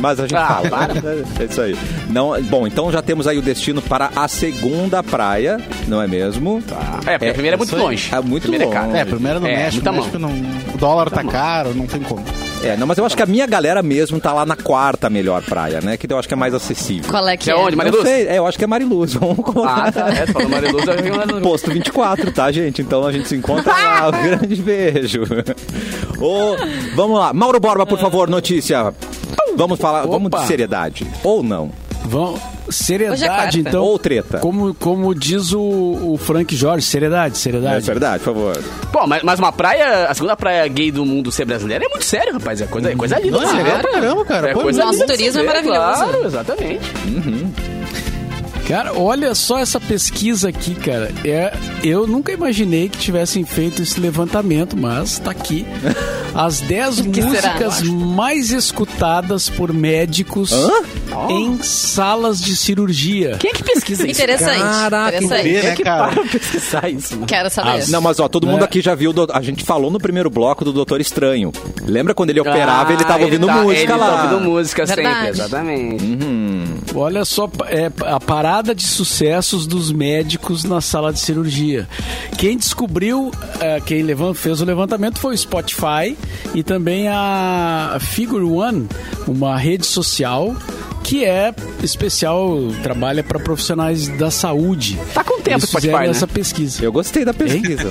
Mas a gente
Ah,
fala.
para.
né? É isso aí. Não, bom, então já temos aí o destino para a segunda praia, não é mesmo?
É, porque a primeira é muito
isso aí.
longe.
É muito
Primeira é cara.
longe.
É, primeiro no
É,
México,
muita
no México não- o dólar tá caro, não tem como.
É, não, mas eu acho que a minha galera mesmo tá lá na quarta melhor praia, né? Que eu acho que é mais acessível.
Qual é que
Que é onde?
Não
Mariluz?
sei, é, eu acho que é Mariluz. Vamos colocar.
Ah, tá. É, tu falou Mariluz, eu vi um. Mariluz.
Posto 24, tá, gente? Então a gente se encontra lá. Um grande beijo. Ô, vamos lá. Mauro Borba, por favor, notícia. Vamos falar, vamos de
Opa.
seriedade. Ou não.
né? Vão, seriedade,
Hoje é quarta.
então.
Ou treta.
Como, como diz o, o Frank Jorge, seriedade,
É
seriedade.
verdade, por favor.
Pô, mas, mas uma praia, a segunda praia gay do mundo ser brasileira é muito sério, rapaz. É coisa, é coisa linda.
Não, é
de se
legal
ver.
pra caramba, cara.
É
Pô,
coisa
nosso
linda de se
turismo é
ver,
maravilhoso.
Claro, exatamente.
Cara, olha só essa pesquisa aqui, cara. É, eu nunca imaginei que tivessem feito esse levantamento, mas tá aqui. As 10
que será?
músicas mais escutadas por médicos em salas de cirurgia.
Quem é que pesquisa isso?
Interessante.
Caraca,
interessante.
Vê,
Quem é
né,
que
cara?
para pra pesquisar isso, mano?
Quero saber.
Ah, Não, mas ó, todo mundo aqui já viu. do- A gente falou no primeiro bloco do Doutor Estranho. Lembra quando ele operava, ele tava
Ah,
ouvindo
tá-
música
ele
lá. Hum.
tá ouvindo música sempre,
Verdade.
exatamente.
Olha só é, a parada de sucessos dos médicos na sala de cirurgia. Quem descobriu, eh, quem levan- fez o levantamento foi o Spotify e também a Figure One, uma rede social que é especial, trabalha para profissionais da saúde.
Tá com tempo o
Eles
Spotify,
fizeram
né?
essa pesquisa.
Eu gostei da pesquisa.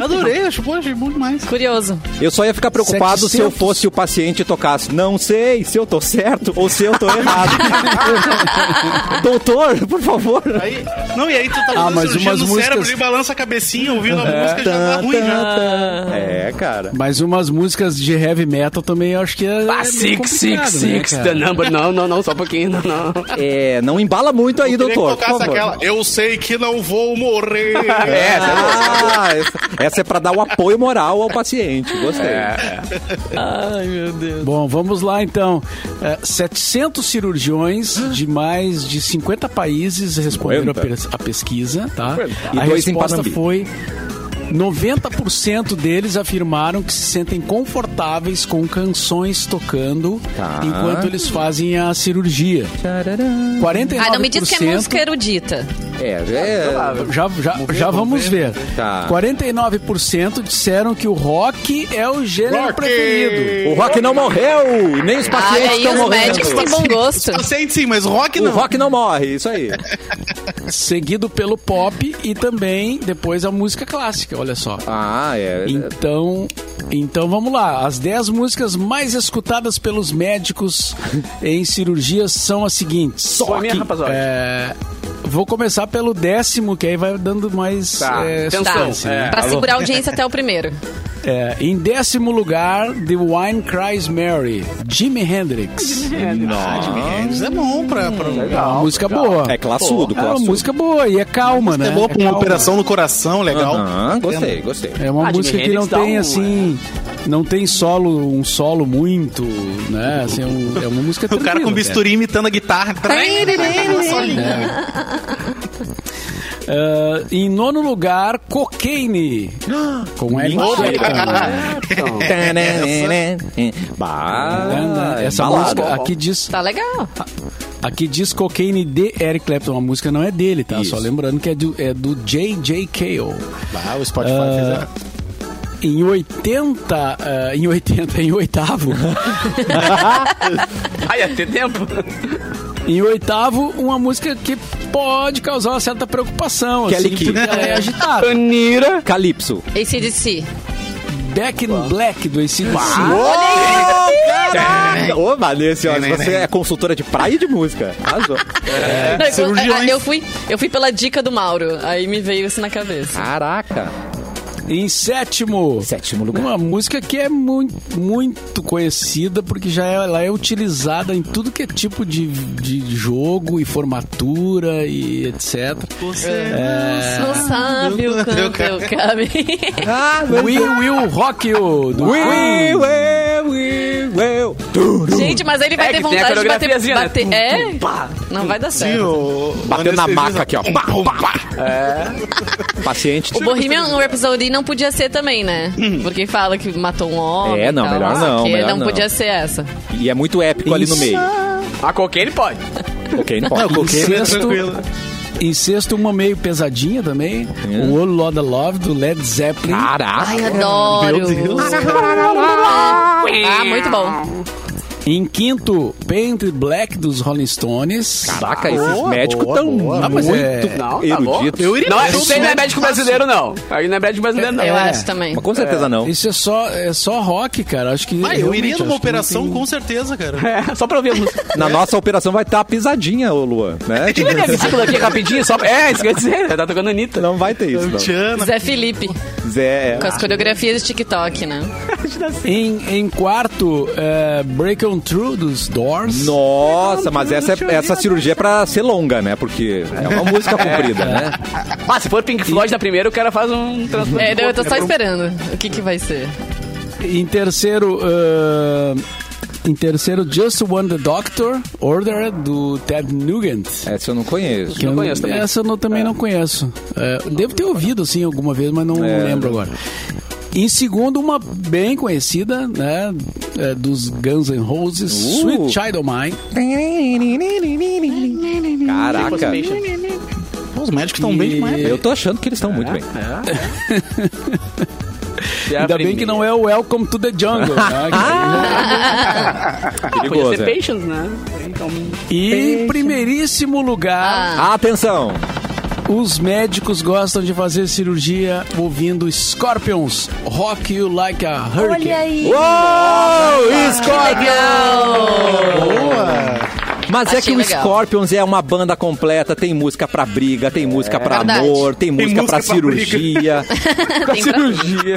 Adorei, acho, pô, achei bom demais.
Curioso.
Eu só ia ficar preocupado se eu
700.
fosse o paciente e tocasse. Não sei se eu tô certo ou se eu tô errado. Doutor, por favor.
Aí, não, e aí tu tá fazendo
Ah, mas
cirurgia
umas
no
músicas-
cérebro e balança a cabecinha ouvindo a música já tá ruim, já.
É, cara.
Mas umas músicas de heavy metal também eu acho que é. é
Ah,
meio
six,
complicado,
six,
né,
six,
cara?
the number. Não, não, não não, só um pouquinho, não, não.
É, não embala muito aí,
Queria que
doutor. por
tocasse
favor.
aquela. Eu sei que não vou morrer.
É, essa, é boa. Ah, essa, essa é pra dar o apoio moral ao paciente. Gostei.
É.
Bom, vamos lá então. É, 700 cirurgiões de mais de 50 países responderam a,
50.
pes- a pesquisa, tá?
E
A
dois em
resposta
Panambi.
foi 90% deles afirmaram que se sentem confortáveis com canções tocando
Tá.
enquanto eles fazem a cirurgia. 49%.
Ah, não me diz que é música erudita.
É, é,
Já, já, já vamos ver.
Tá.
49% disseram que o rock é o gênero
Rock!
preferido.
O Rock não morreu, nem os
Ah, e
pacientes
aí
estão
os
morrendo.
médicos têm bom gosto.
Paciente Tá sim, mas rock
O
não. Ah,
Rock não morre, isso aí.
seguido pelo pop e também depois a música clássica, olha só.
Ah, é.
Então, então vamos lá. As 10 músicas mais escutadas pelos médicos em cirurgias são as seguintes.
Foi minha,
que,
rapazote.
é, vou começar pelo décimo, que aí vai dando mais
Tá,
é,
atenção,
suspense, né?
É,
Pra segurar a audiência até o primeiro.
É, em décimo lugar, The Wine Cries Mary, Jimi Hendrix.
Isso é bom pra. pra...
É uma música boa.
É classudo,
É uma
classudo.
música boa e é calma, né?
É boa pra uma
calma.
operação no coração, legal.
Aham, gostei, gostei.
É uma
Ah,
música
Jimi
que não
Hendrix dá
tem
um,
assim. Não tem solo, um solo muito, né? Assim, é, um- é uma música
O cara com bisturi imitando a guitarra. Solinho.
É. em nono lugar, Cocaine. Com Eric Clapton.
Então,
Bah,
Né, Essa
balada.
música aqui diz,
Tá legal.
aqui diz Cocaine de Eric Clapton. A música não é dele, tá?
Isso.
Só lembrando que é do, é do J.J. Cale.
Ah, o Spotify fez errado.
Em 80, ah, em 80, em oitavo,
Ai, ia ter tempo.
em oitavo, uma música que pode causar uma certa preocupação,
Kelly
assim,
Key.
porque ela é agitada.
Anira.
Calypso.
Esse de si.
Back in Black do ACDC.
Caraca! Ô, Vanessa, ó, você é consultora de praia e de música. Arrasou.
É,
Não, eu-
cirurgiões.
eu, fui, eu fui pela dica do Mauro. Aí me veio isso na cabeça.
Caraca.
Em sétimo.
Sétimo lugar.
Uma música que é muito, muito conhecida, porque já ela é utilizada em tudo que é tipo de, de jogo e formatura e etc.
é
É.
Não sabe o quanto eu caminho.
Ah,
We Will Rock You, do
We
Queen.
will, we will.
Gente, mas ele vai
É
ter
que
vontade
tem a
de bater.
coreografiazinha, né?
bater é? Não vai dar certo.
O- o
Batendo na
anestesista-
maca aqui, ó. Pá, Paciente.
O Bohemian Rhapsody não podia ser também, né? Porque fala que matou um homem.
É, não,
e tal,
melhor
sei o
não,
quê.
melhor
não
não.
podia ser essa.
E é muito épico ali no
Isso.
meio.
A cocaine pode.
Ok, não
Em
pode.
é
sexto, em sexto, uma meio pesadinha também. O All Lotta Love, do Led Zeppelin.
Caraca.
Ai, adoro. Ah, muito bom.
Em quinto, Paint It Black, dos Rolling Stones.
Caraca, esses médicos
boa,
tão
boa.
Ah,
muito
mas é-
Não, tá bom.
eruditos.
Não, isso aí não é médico brasileiro, não. Aí não é médico brasileiro, não.
Eu
É.
acho também.
Mas com certeza não.
Isso é só, é só rock, cara. Acho que.
Ah, eu
realmente,
iria numa
acho que não
operação
tem-
com certeza, cara.
É, só pra ouvir a música.
Na nossa operação vai estar a pisadinha, ô Luan. Né?
Deixa eu ver minha vesícula aqui rapidinho, só pra... É, isso quer dizer, tá tocando Anitta.
Não vai ter isso, não.
Tiana.
Zé Felipe,
Zé.
com as coreografias de TikTok, né?
Em, em quarto, é, Break On Through dos Doors.
Nossa, mas essa, é- essa cirurgia é pra ser longa, né? Porque é uma música comprida, né?
Ah, se for Pink Floyd na primeira, o cara faz um transplante.
É,
de
eu tô só
corpo, né, pra
esperando. O que que vai ser?
Em terceiro, é, em terceiro, Just One The Doctor, Order do Ted Nugent.
Essa eu não conheço.
Que
não conheço também.
Essa eu não- também não conheço. É, devo ter ouvido, assim, alguma vez, mas não
É.
lembro agora. Em segundo, uma bem conhecida, né? é, dos Guns N' Roses,
Uh.
Sweet Child O' Mine.
Caraca.
Pô, Os médicos estão bem demais.
Eu tô achando que eles estão muito bem.
um-
Ainda bem que não é o Welcome to the Jungle, né? que-
Podia
Perigoso.
ser
é.
Patience, né? Então...
E em primeiríssimo lugar,
Ah,
Atenção!
os médicos gostam de fazer cirurgia ouvindo Scorpions, Rock You Like a Hurricane.
aí.
Uou! Scorpion!
Legal!
Boa!
Mas é
Achei
que o
legal.
Scorpions é uma banda completa, tem música pra briga, tem música pra
Verdade.
amor, tem, música, pra,
música pra
cirurgia.
Tem pra-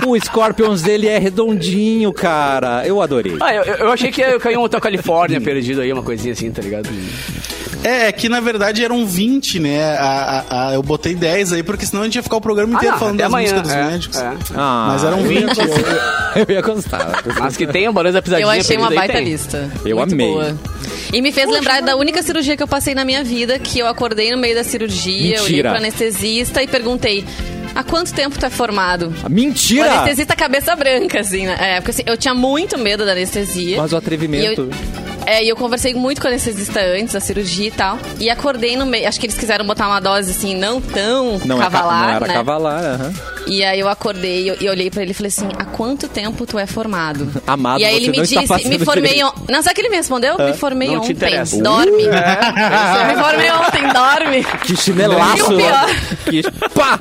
o Scorpions dele é redondinho, cara. Eu adorei.
Ah, eu, eu achei que ia cair um Hotel Califórnia perdido aí, uma coisinha assim, tá ligado?
É, é que na verdade eram 20, né? A- a- a- eu botei 10 aí, porque senão a gente ia ficar o programa inteiro
Ah, não,
falando
até
das
amanhã,
músicas dos
é,
médicos.
é.
Ah,
Mas eram 20.
eu ia gostar.
Mas que tem o Barões da Pisadinha
Eu achei uma
perdido aí,
baita
tem.
lista.
Eu
Muito
amei.
boa. E me fez lembrar da única cirurgia que eu passei na minha vida, que eu acordei no meio da cirurgia, eu olhei
Mentira.
pro anestesista e perguntei: há quanto tempo tu é formado? O
Mentira!
anestesista cabeça branca, assim, né? É, porque assim, eu tinha muito medo da anestesia.
Mas o atrevimento.
E eu, é, e eu conversei muito com o anestesista antes da cirurgia e tal. E acordei no meio. Acho que eles quiseram botar uma dose assim, não tão
Não, é ca-
cavalar.
não era
né?
cavalar, aham.
E aí eu acordei e eu- e olhei pra ele e falei assim: há quanto tempo tu é formado?
Amado,
E aí
você
ele me
não está
disse:
fazendo
me formei
direito. Ah,
ontem. Não, sabe o que ele me respondeu? me formei
não te
ontem.
interessa. É.
Dorme. Eu me formei ontem, dorme.
Que chinelaço!
E o pior?
Que... Pá!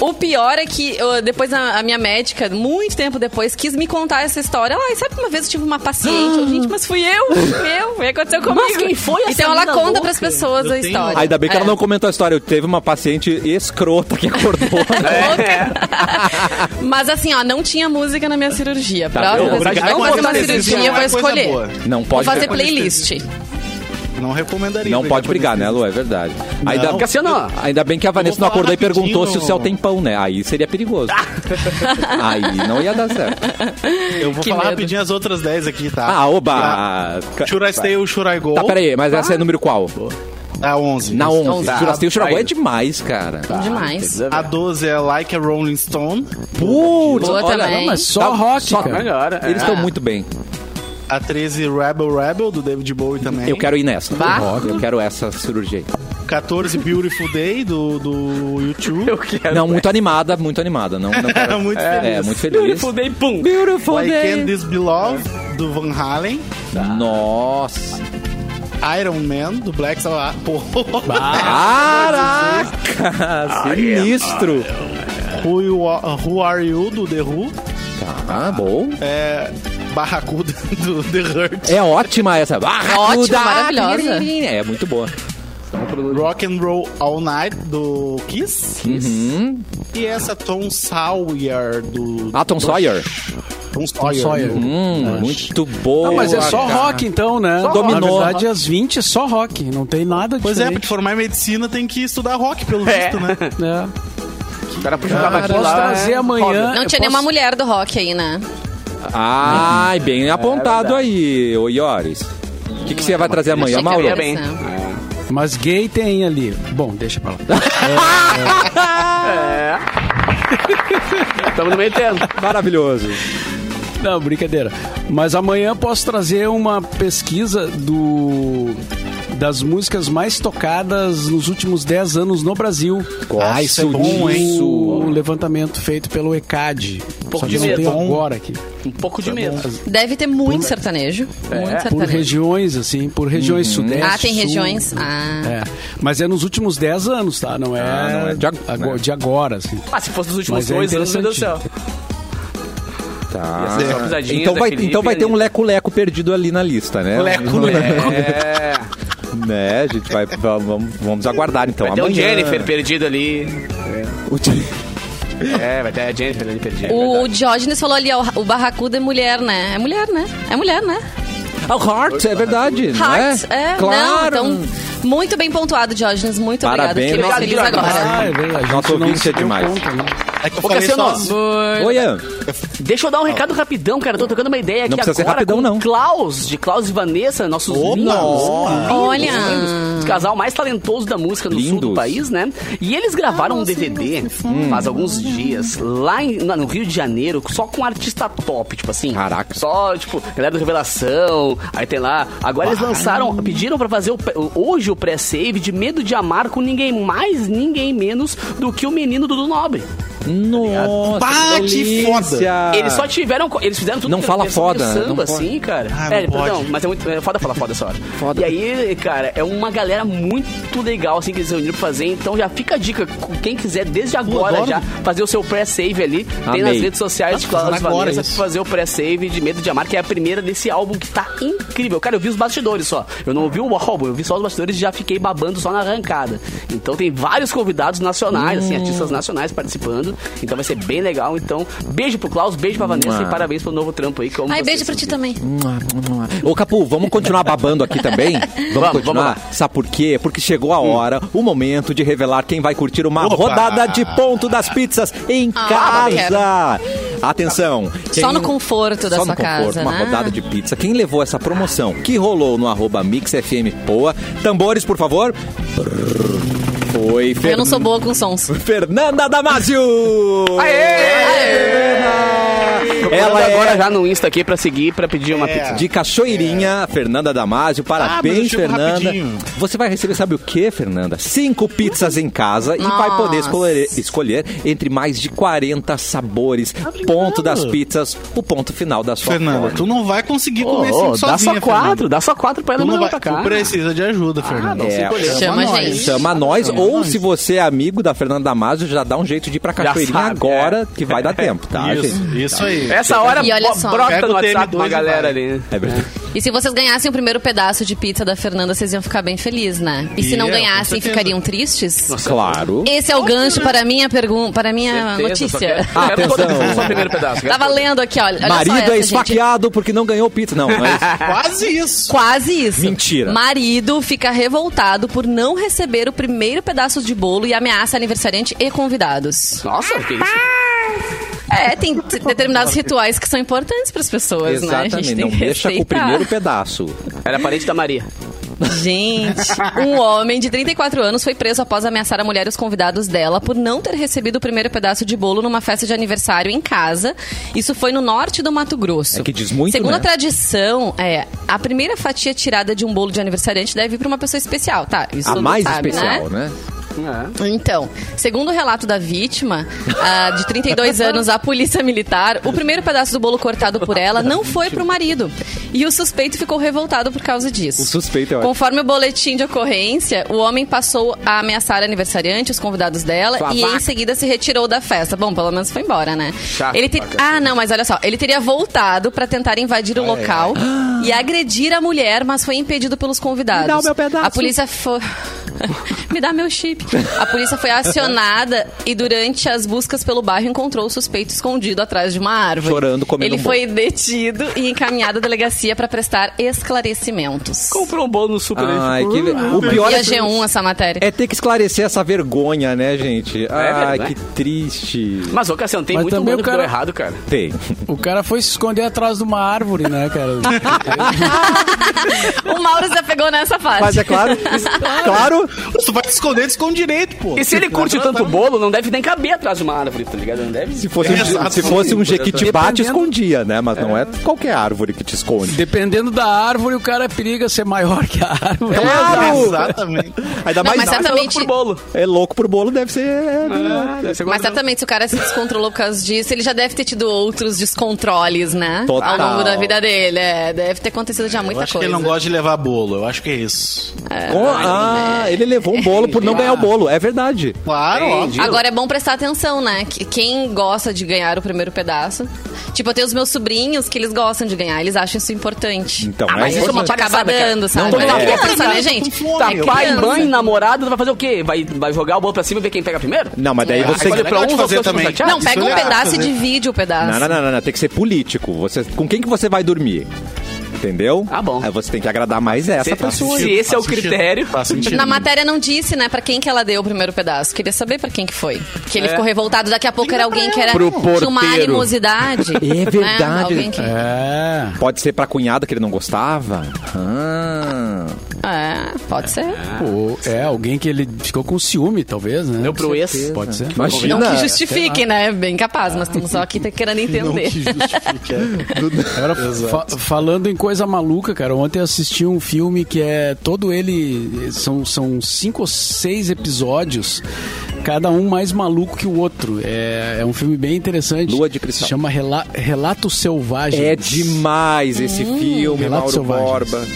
O pior é que eu- depois a, a minha médica, muito tempo depois, quis me contar essa história. Ela, "Ai, sabe que uma vez eu tive uma paciente? Eu, Gente, mas fui eu, fui eu, e aconteceu comigo.
quem foi essa
Então ela
mina
conta
louca?
pras pessoas a história.
Ainda bem que
É.
ela não comentou a história. Eu teve uma paciente escrota que acordou. né?
É,
Mas assim, ó, não tinha música na minha cirurgia.
Tá
Próxima
bom.
vez que
Obrigado,
eu
com
vou fazer uma
certeza,
cirurgia, eu
não
vou
é coisa
escolher.
boa.
Não
Vou
pode
fazer
brigar.
playlist.
Não recomendaria.
Não
brigar
pode
com
brigar, né, Lu? É verdade. Ainda, assim,
Cassiano.
ainda bem que a Vanessa não
falar
acordou e perguntou se
rapidinho.
o céu tem pão, né? Aí seria perigoso. Aí não ia dar certo.
Eu vou
Que
falar
medo.
rapidinho as outras 10 aqui, tá?
Ah,
Ah,
oba!
Should I Stay ou Should I Go?
Tá, peraí, mas essa é número qual?
A 11.
Na 11.
Tá,
Churastei o Churagó é
aí.
demais, cara.
Demais.
A 12 é Like a Rolling Stone.
Putz,
Boa
olha,
também.
Não, Ah, mas Tá só rock, cara.
Melhor, é.
Eles estão muito bem.
A 13, Rebel Rebel, do David Bowie também.
Eu quero ir nessa.
Vá.
Eu quero essa cirurgia aí.
14, Beautiful Day, do, do YouTube.
Eu quero.
Não, muito animada, muito animada. Não, não quero.
Muito
É,
feliz.
muito
Eu
feliz.
fudei, pum.
Beautiful
Why Can't This Be Love, do Van Halen.
Nossa.
Iron Man, do Black Sabbath. Pô. Ah,
Caraca, sinistro.
Who, You Are- Who Are You, do The Who.
Tá bom.
É, Barracuda, do The Hurt.
É ótima essa. Ah, Barracuda.
maravilhosa.
É muito boa.
Rock and Roll All Night, do Kiss.
Uhum.
E essa Tom Sawyer, do...
Ah, Tom Sawyer.
Tom Sawyer.
Sawyer.
né?
Hum, muito boa.
Não, mas é só
cara.
rock então, né?
Só dominou.
Na verdade, às 20 é só rock, não tem nada
Pois é,
diferente.
porque formar em medicina tem que estudar rock, pelo
É.
visto, né?
né?
O cara puxa pra baixo
Posso
lá,
trazer
é
amanhã.
foda.
Não
eu
tinha
posso-
nenhuma mulher do rock aí, né?
Ai, bem apontado aí, ô Ioris. O que, que você vai trazer
Achei
amanhã,
que é
Mauro?
era
Tá bem.
essa.
Mas gay tem ali. Bom, deixa pra lá.
Estamos no meio termo.
Maravilhoso.
Não, brincadeira. Mas amanhã posso trazer uma pesquisa do das músicas mais tocadas nos últimos 10 anos no Brasil.
Ah, isso é bom, hein? Um
Isso, Um levantamento feito pelo ECAD. Só que
de
não
medo.
tem
é
agora aqui.
Tá,
Um pouco
Tá
de medo.
Deve ter muito sertanejo.
É.
Muito
Por
sertanejo.
regiões, assim, por regiões
Uhum.
sudeste.
tá Ah, tem
sul.
regiões. Ah.
É, mas é nos últimos 10 anos, tá? Não é,
Ah, não, é de ag-
ago-
né?
de agora, assim.
Ah, se fosse dos últimos
Mas é
dois anos, meu Deus do céu.
Tá.
Essas pisadinhas
Então vai,
daquele
então vai ter um
ali.
leco-leco perdido ali na lista, né?
Leco-leco.
É.
Né, a gente vai. Vamos, vamos aguardar então.
Vai ter
amanhã.
um Jennifer perdido ali.
O Jen-
É, vai ter a Jennifer ali
É
perdida. é
O Diógenes falou ali, ó, o Barracuda é mulher, né? É mulher, né? É mulher, né?
Ah, o Heart, é verdade. não
Hearts, é?
Claro.
Não, então, muito bem pontuado, Diógenes. Muito
Parabéns,
obrigado. Fiquei
nossa-
feliz agora.
é verdade. a
Nosso
gente não
ouvinte
se
é
deu
demais.
conta, né?
É que eu
Ô,
falei
Cassiano,
só...
Oi, Ian.
Deixa eu dar um recado rapidão, cara. Eu tô tocando uma ideia aqui
Não precisa ser
agora
rapidão,
com
não.
Klaus, de Klaus e Vanessa, nossos
Opa!
lindos.
Nossa!
Olha!
lindos, o casal mais talentoso da música no sul
Lindos.
do país, né? E eles gravaram um DVD faz alguns dias, lá em- na- no Rio de Janeiro, só com artista top, tipo assim.
Caraca.
Só, tipo, galera do Revelação, aí tem lá. Agora eles lançaram, pediram pra fazer o pré- hoje o pré-save de Medo de Amar com ninguém mais, ninguém menos do que o menino Dudu Nobre.
Nossa,
Bah, que
delícia.
Eles só tiveram. co- Eles fizeram tudo
Não
pela
fala
versão
foda,
de
né? Não
samba,
pode.
assim, cara.
Ah, não
é,
pode.
não, mas é muito. É foda falar foda essa hora.
Foda.
E aí, cara, é uma galera muito legal, assim, que eles se reuniram pra fazer. Então já fica a dica, com quem quiser, desde agora
adoro.
já, fazer o seu pré-save ali.
Amei.
Tem nas redes sociais de Cláudio
agora
Valença
isso.
fazer o pré-save de Medo de Amar, que é a primeira desse álbum que tá incrível. Cara, eu vi os bastidores só. Eu não ouvi o álbum, eu vi só os bastidores e já fiquei babando só na arrancada. Então tem vários convidados nacionais,
Hum.
assim, artistas nacionais participando. Então vai ser bem legal. Então, beijo pro Klaus, beijo pra Vanessa
Mua.
e parabéns pelo novo trampo aí. Como
Ai,
vocês
beijo
assim.
pra
são
ti
incríveis.
também.
Ô, Capu, vamos continuar babando aqui também? Vamos,
Vamos,
continuar?
vamos
Sabe por quê? Porque chegou a hora, o momento de revelar quem vai curtir uma
Opa!
rodada de ponto das pizzas em
Ah,
casa. Atenção.
Só no conforto da
Só
sua
no conforto,
casa,
uma
né?
rodada de pizza. Quem levou essa promoção que rolou no arroba MixFMPoa? Tambores, por favor. Foi
Eu não
Fernando.
sou boa com sons.
Fernanda Damasio! Aê! Ela
Ela
é
agora já no Insta aqui pra seguir, pra pedir uma
É.
pizza.
de Cachoeirinha, Fernanda Damasio.
Ah, mas eu
Parabéns,
chego
Fernanda.
rapidinho.
Você vai receber, sabe o que, Fernanda? Cinco pizzas em casa e vai poder escolher, escolher entre mais de 40 sabores. Ponto das pizzas, o ponto final da sua
Fernanda,
fome.
tu não vai conseguir
Ô,
comer
ô,
cinco
dá
sozinha,
só quatro,
Fernanda.
dá só quatro pra ela
Tu, não
mandar pra
vai, tu
cá. Ah,
precisa de ajuda, Fernanda.
não se
É,
colheu.
Chama a
nós.
gente.
Chama nós, ou
nós.
se você é amigo da Fernanda Damasio, já dá um jeito de ir pra
Já
Cachoeirinha
sabe,
agora, que vai dar tempo, tá,
é. Isso,
gente?
isso aí.
Essa hora
E olha
bo-
só.
brota
Pega
no
o TM2
WhatsApp uma
e
galera
vai.
ali.
É verdade.
E se vocês ganhassem o primeiro pedaço de pizza da Fernanda, vocês iam ficar bem felizes, né? E se não
Ia, com
ganhassem,
certeza.
ficariam tristes?
Claro.
Esse é o gancho para a minha pergunta, para a minha
Certeza, só é.
notícia.
quero- Ah, só quero
Atenção.
todo mundo, Só o primeiro pedaço. quero
é- Ah, Tava
todo.
lendo aqui, olha. olha
Marido
só essa,
é
gente.
esfaqueado porque não ganhou pizza. Não, não é isso.
Quase isso.
Quase isso.
Mentira.
Marido fica revoltado por não receber o primeiro pedaço de bolo e ameaça aniversariante e convidados.
Nossa, que isso?
Ah. É, tem t- determinados rituais que são importantes para as pessoas, né? A
Exatamente.
gente tem
Não
que
deixa com o
respeitar.
primeiro pedaço.
Era parente da Maria.
Gente, um homem de 34 anos foi preso após ameaçar a mulher e os convidados dela por não ter recebido o primeiro pedaço de bolo numa festa de aniversário em casa. Isso foi no norte do Mato Grosso.
É que diz muito,
Segundo
né?
a tradição, é, a primeira fatia tirada de um bolo de aniversariante deve ir para uma pessoa especial, tá? Isso
A
todo mundo
mais
sabe,
especial,
né?
né?
Então, segundo o relato da vítima, ah, de 32 anos, a polícia militar, o primeiro pedaço do bolo cortado por ela não foi pro marido. E o suspeito ficou revoltado por causa disso.
O suspeito é ótimo.
Conforme o boletim de ocorrência, o homem passou a ameaçar a aniversariante, os convidados dela,
Sua
e
vaca.
em seguida se retirou da festa. Bom, pelo menos foi embora, né?
Chato,
ele te-
pra
Ah, não, mas olha só. Ele teria voltado pra tentar invadir o local e agredir a mulher, mas foi impedido pelos convidados.
Me dá o meu pedaço.
A polícia foi. Me dá meu chip. A polícia foi acionada e durante as buscas pelo bairro encontrou o suspeito escondido atrás de uma árvore.
Chorando, comendo
Ele
um bolo.
foi detido e encaminhado à delegacia para prestar esclarecimentos.
Comprou um bolo no super.
Ai,
tipo,
que...
uh,
O pior
E
é,
a G1 essa matéria.
é ter que esclarecer essa vergonha, né, gente? Ai,
verdade.
que triste.
Mas, ô, Cassiano, tem
Mas
muito
também
mundo
o
que
cara-
deu errado, cara.
Tem.
O cara foi se esconder atrás de uma árvore, né, cara?
O Mauro já pegou nessa fase.
Mas é claro, claro,
Tu vai te esconder, te esconde direito, pô.
E se ele curte tanto bolo, não deve nem caber atrás de uma árvore, tá ligado? Não deve.
se fosse, um,
Exato.
se fosse um jequitibá, te
Dependendo-
escondia, né? Mas não é qualquer árvore que te esconde.
Dependendo da árvore, o cara periga ser maior que a árvore.
Claro!
Exatamente.
Ainda
Não,
mais árvore.
mas certamente,
Por bolo.
é louco por bolo, deve ser... é,
Ah, deve ser
Uhum.
mas
gostoso.
certamente, se o cara se descontrolou por causa disso, ele já deve ter tido outros descontroles, né?
Total.
Ao longo da vida dele. É, deve ter acontecido já
Eu
muita
acho que
coisa.
ele não gosta de levar bolo, eu acho que é isso.
Com- ah, ele levou um bolo por não ganhar o bolo, é verdade.
Claro, óbvio.
Agora é bom prestar atenção, né? Que- Quem gosta de ganhar o primeiro pedaço. Tipo, eu tenho os meus sobrinhos que eles gostam de ganhar, eles acham isso importante.
Então,
mas
é
isso é uma
importante.
Acaba
palhaçada, cara.
dando, sabe?
Não,
Mas
não,
é
não,
criança,
não,
né, gente?
Tá,
É
pai,
criança.
mãe, namorado, vai fazer o quê? Vai, vai jogar o bolo pra cima e ver quem pega primeiro?
Não, mas daí
Ah,
você...
olha,
Escolhe pra
legal
um
de
ou
fazer
dois
também.
chateados?
Não,
Isso
pega
é
um
legal,
pedaço e
né?
divide o
Não,
pedaço.
não, não, não, não. Tem que ser político. Você, com quem que você vai dormir? Entendeu?
Ah, bom.
Aí você tem que agradar mais essa
Se-
pessoa.
se
aí.
esse é o
Faz sentido,
critério.
Faz sentido.
Na matéria não disse, né, pra quem que ela deu o primeiro pedaço. Queria saber pra quem que foi. Porque ele ficou revoltado. Daqui a pouco era alguém que era
Pro
tinha uma
porteiro.
animosidade.
É verdade.
Né? Alguém que...
É.
Pode ser pra cunhada que ele não gostava? Ah.
É, pode ser.
Ou é alguém que ele ficou com ciúme, talvez, né?
Deu pro ex.
Pode ser.
Não
Imagina.
que justifique, né? Bem capaz, mas estamos só aqui querendo entender.
é.
Agora, fa- falando em coisa maluca, cara, ontem eu assisti um filme que é todo ele. São, são cinco ou seis episódios. cada um mais maluco que o outro. É, é um filme bem interessante.
Lua de Cristal.
Se chama Rela Relatos Selvagens.
É demais esse filme,
Hum. Relatos
Mauro
Selvagens.
Borba.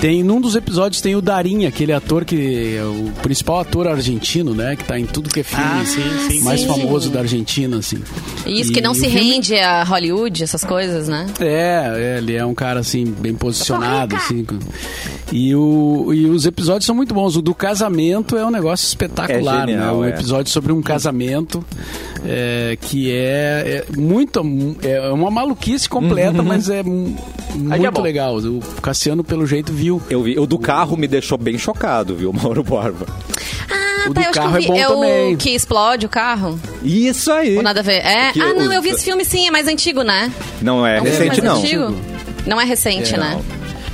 Tem, num dos episódios tem o Darinha, aquele ator que é o principal ator argentino, né? Que tá em tudo que é filme
Ah, sim, sim,
mais
sim.
famoso da Argentina, assim.
Isso que não
E
se
o filme-
rende a Hollywood, essas coisas, né?
É, é, ele é um cara assim, bem posicionado, assim. com- E, o, e os episódios são muito bons. O do casamento é um negócio espetacular,
É genial,
né? Um
é.
episódio sobre um casamento é, que é, é muito. É uma maluquice
Uhum.
completa, mas é mu-
Aí é
muito
bom.
legal. O Cassiano, pelo jeito, viu.
Eu vi, o do carro me deixou bem chocado, viu, Mauro Borba?
Ah,
O do
eu acho que eu
carro é
vi.
bom
é
também.
o que explode o carro?
Isso aí.
Ou nada a ver? É.
Que
ah,
o-
não, eu vi esse filme sim, é mais antigo, né?
Não é
um filme
recente,
mais
não.
Antigo. Não é recente, né?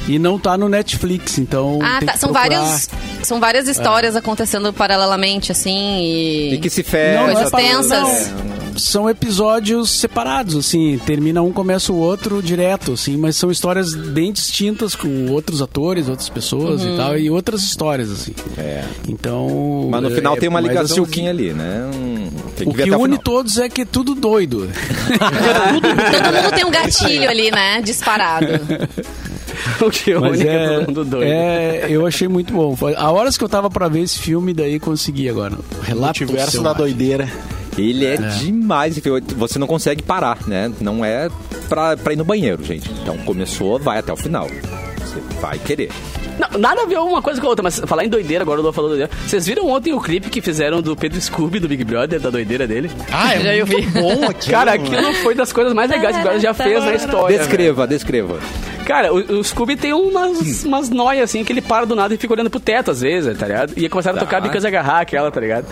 E não tá no Netflix, então.
Ah,
tem
tá.
que
São
procurar.
vários. São várias histórias acontecendo paralelamente, assim, e.
E que se fecha.
Não,
Coisas
não é pra-
tensas.
São episódios separados, assim, termina um, começa o outro direto, assim, mas são histórias bem distintas com outros atores, outras pessoas e tal, e outras histórias, assim.
É.
Então.
Mas no
é-
final tem uma
mas, assim,
ligaçãozinha ali, né? Hum, Tem
O
que ver
que
até o
une
final.
todos é que é tudo doido.
Todo mundo tem um gatilho ali, né? Disparado.
O que eu
Mas é,
todo mundo doido.
é, eu achei muito bom. Foi- A horas que eu tava pra ver esse filme, daí consegui agora. Relato
Multiverso da
selvagem.
doideira.
Ele é, demais. enfim, Você não consegue parar, né? Não é pra, pra ir no banheiro, gente. Então começou, vai até o final. Você vai querer.
Não, nada a ver uma coisa com a outra, mas falar em doideira, agora o Lua falou doideira. Vocês viram ontem o clipe que fizeram do Pedro Scooby, do Big Brother, da doideira dele?
Ah, é muito bom aqui.
Cara, aquilo foi das coisas mais legais que o Brother já fez na história. velho.
descreva, descreva.
Cara, o, o Scooby tem umas, umas noias assim que ele para do nada e fica olhando pro teto às vezes, tá ligado? E começaram a
Tá.
tocar Because I Agarrar aquela, tá ligado?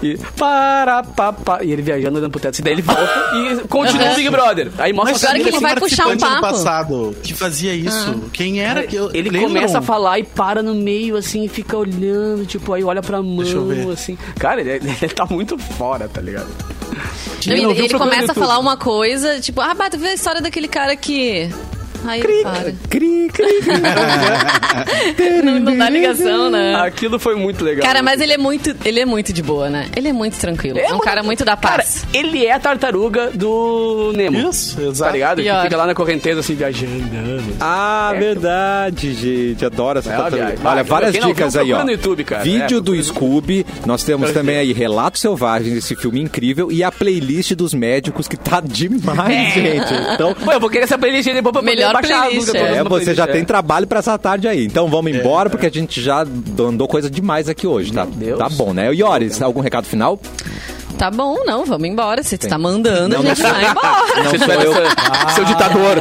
E para, pa, pa, e ele viajando olhando pro teto. E daí ele volta e continua o Big Brother. Aí mostra
Mas agora
a família,
que ele
assim,
vai puxar um
participante do
papo. Ah.
passado que fazia isso. Quem era É que eu- um-
Ele
lembram?
começa a falar e para no meio, assim, e fica olhando, tipo, aí olha pra mão,
Deixa eu ver.
assim. Cara, ele, ele tá muito fora, tá ligado?
Não,
não
ele
viu,
ele
procura no
começa a
YouTube.
falar uma coisa, tipo, ah, bah, tu vê a história daquele cara que. Aí ele para.
Cri, cri.
Não, não dá ligação, né?
Aquilo foi muito legal.
Cara, mas ele é muito. Ele é muito de boa, né? Ele é muito tranquilo. É um cara muito da
Cara,
paz.
ele é a tartaruga do Nemo.
Isso,
Tá
exato.
ligado? Que
Pior.
fica lá na correnteza, assim, viajando.
Ah, verdade, gente. Adoro essa
É,
tartaruga.
viagem.
Olha,
Vai,
várias
quem não viu,
dicas aí,
procura
ó.
no YouTube, cara.
Vídeo
É,
do Scooby. Nós temos também aí Relatos Selvagens, esse filme incrível. E a playlist dos médicos, que tá
É.
demais, gente. Então,
Pô, eu vou querer essa playlist aí depois pra poder
Melhor
baixar a
playlist,
música
é.
toda
É,
na
você já
playlist,
tem
é.
trabalho pra essa tarde aí. Então vamos embora, porque a gente já andou coisa demais aqui hoje, tá?
Deus.
Tá bom, né? Iores, algum recado final?
Tá bom, não, vamos embora. Se tu tá mandando,
Não,
a gente
não.
vai
Ah,
embora.
Não sou eu.
Seu ditador.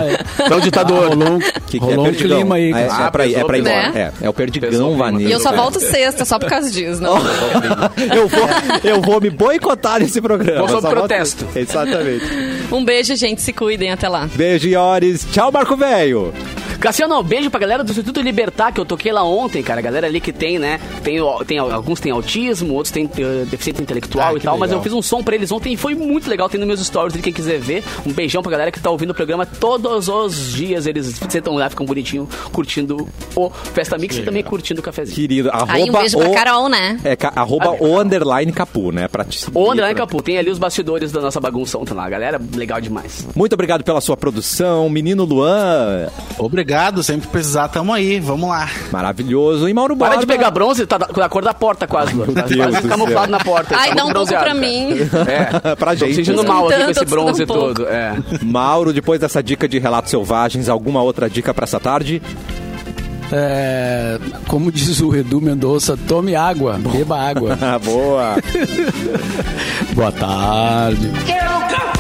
Seu ditador.
Rolou um,
Que que é
rolou um
perdigão.
clima aí.
É, é,
cara.
pra, ir- é pra ir
Né?
embora. É, é o
Pesou o
perdigão
clima.
vanilla.
E eu só volto sexta, só por causa disso. Não.
eu vou, eu vou me boicotar nesse programa.
Vou sob
Eu só volto-
protesto.
Exatamente.
Um beijo, gente. Se cuidem. Até lá.
Beijo, Iores. Tchau, Marco Velho.
Cassiano, um beijo pra galera do Instituto Libertar, que eu toquei lá ontem, cara. A galera ali que tem, né? Tem, o- tem, alguns têm autismo, outros têm eh, deficiência intelectual
Ah,
e
que
tal. Mas
legal.
eu fiz um som pra eles ontem e foi muito legal. Tem nos meus stories ali, quem quiser ver. Um beijão pra galera que tá ouvindo o programa todos os dias. Eles sentam lá, ficam bonitinho, curtindo o Festa Mix e também curtindo o cafezinho.
Querido, arroba
Aí um beijo pra
o-
Carol, né?
É, ca- arroba
Ah,
o underline capu, né? Pra te seguir,
O André
pra-
Capu, tem ali os bastidores da nossa bagunça ontem lá, galera. Legal demais.
Muito obrigado pela sua produção. Menino Luan,
Obrigado, sempre precisar, tamo aí, vamos lá.
maravilhoso. E Mauro Borba.
Para de pegar bronze, tá da- com a cor da porta quase, Lu. Tá
Deus
quase
do
camuflado
céu.
na porta.
Ai,
tá
dá um
muito
pouco pra
bronzeado,
mim.
cara. É.
pra
Tô me
gente.
sentindo
né?
mal aqui com
Tanto,
esse bronze
um pouco.
todo. É.
Mauro, depois dessa dica de relatos selvagens, alguma outra dica pra essa tarde?
É, como diz o Edu Mendonça, tome água, beba água.
Ah, boa!
Boa tarde.
Quero café!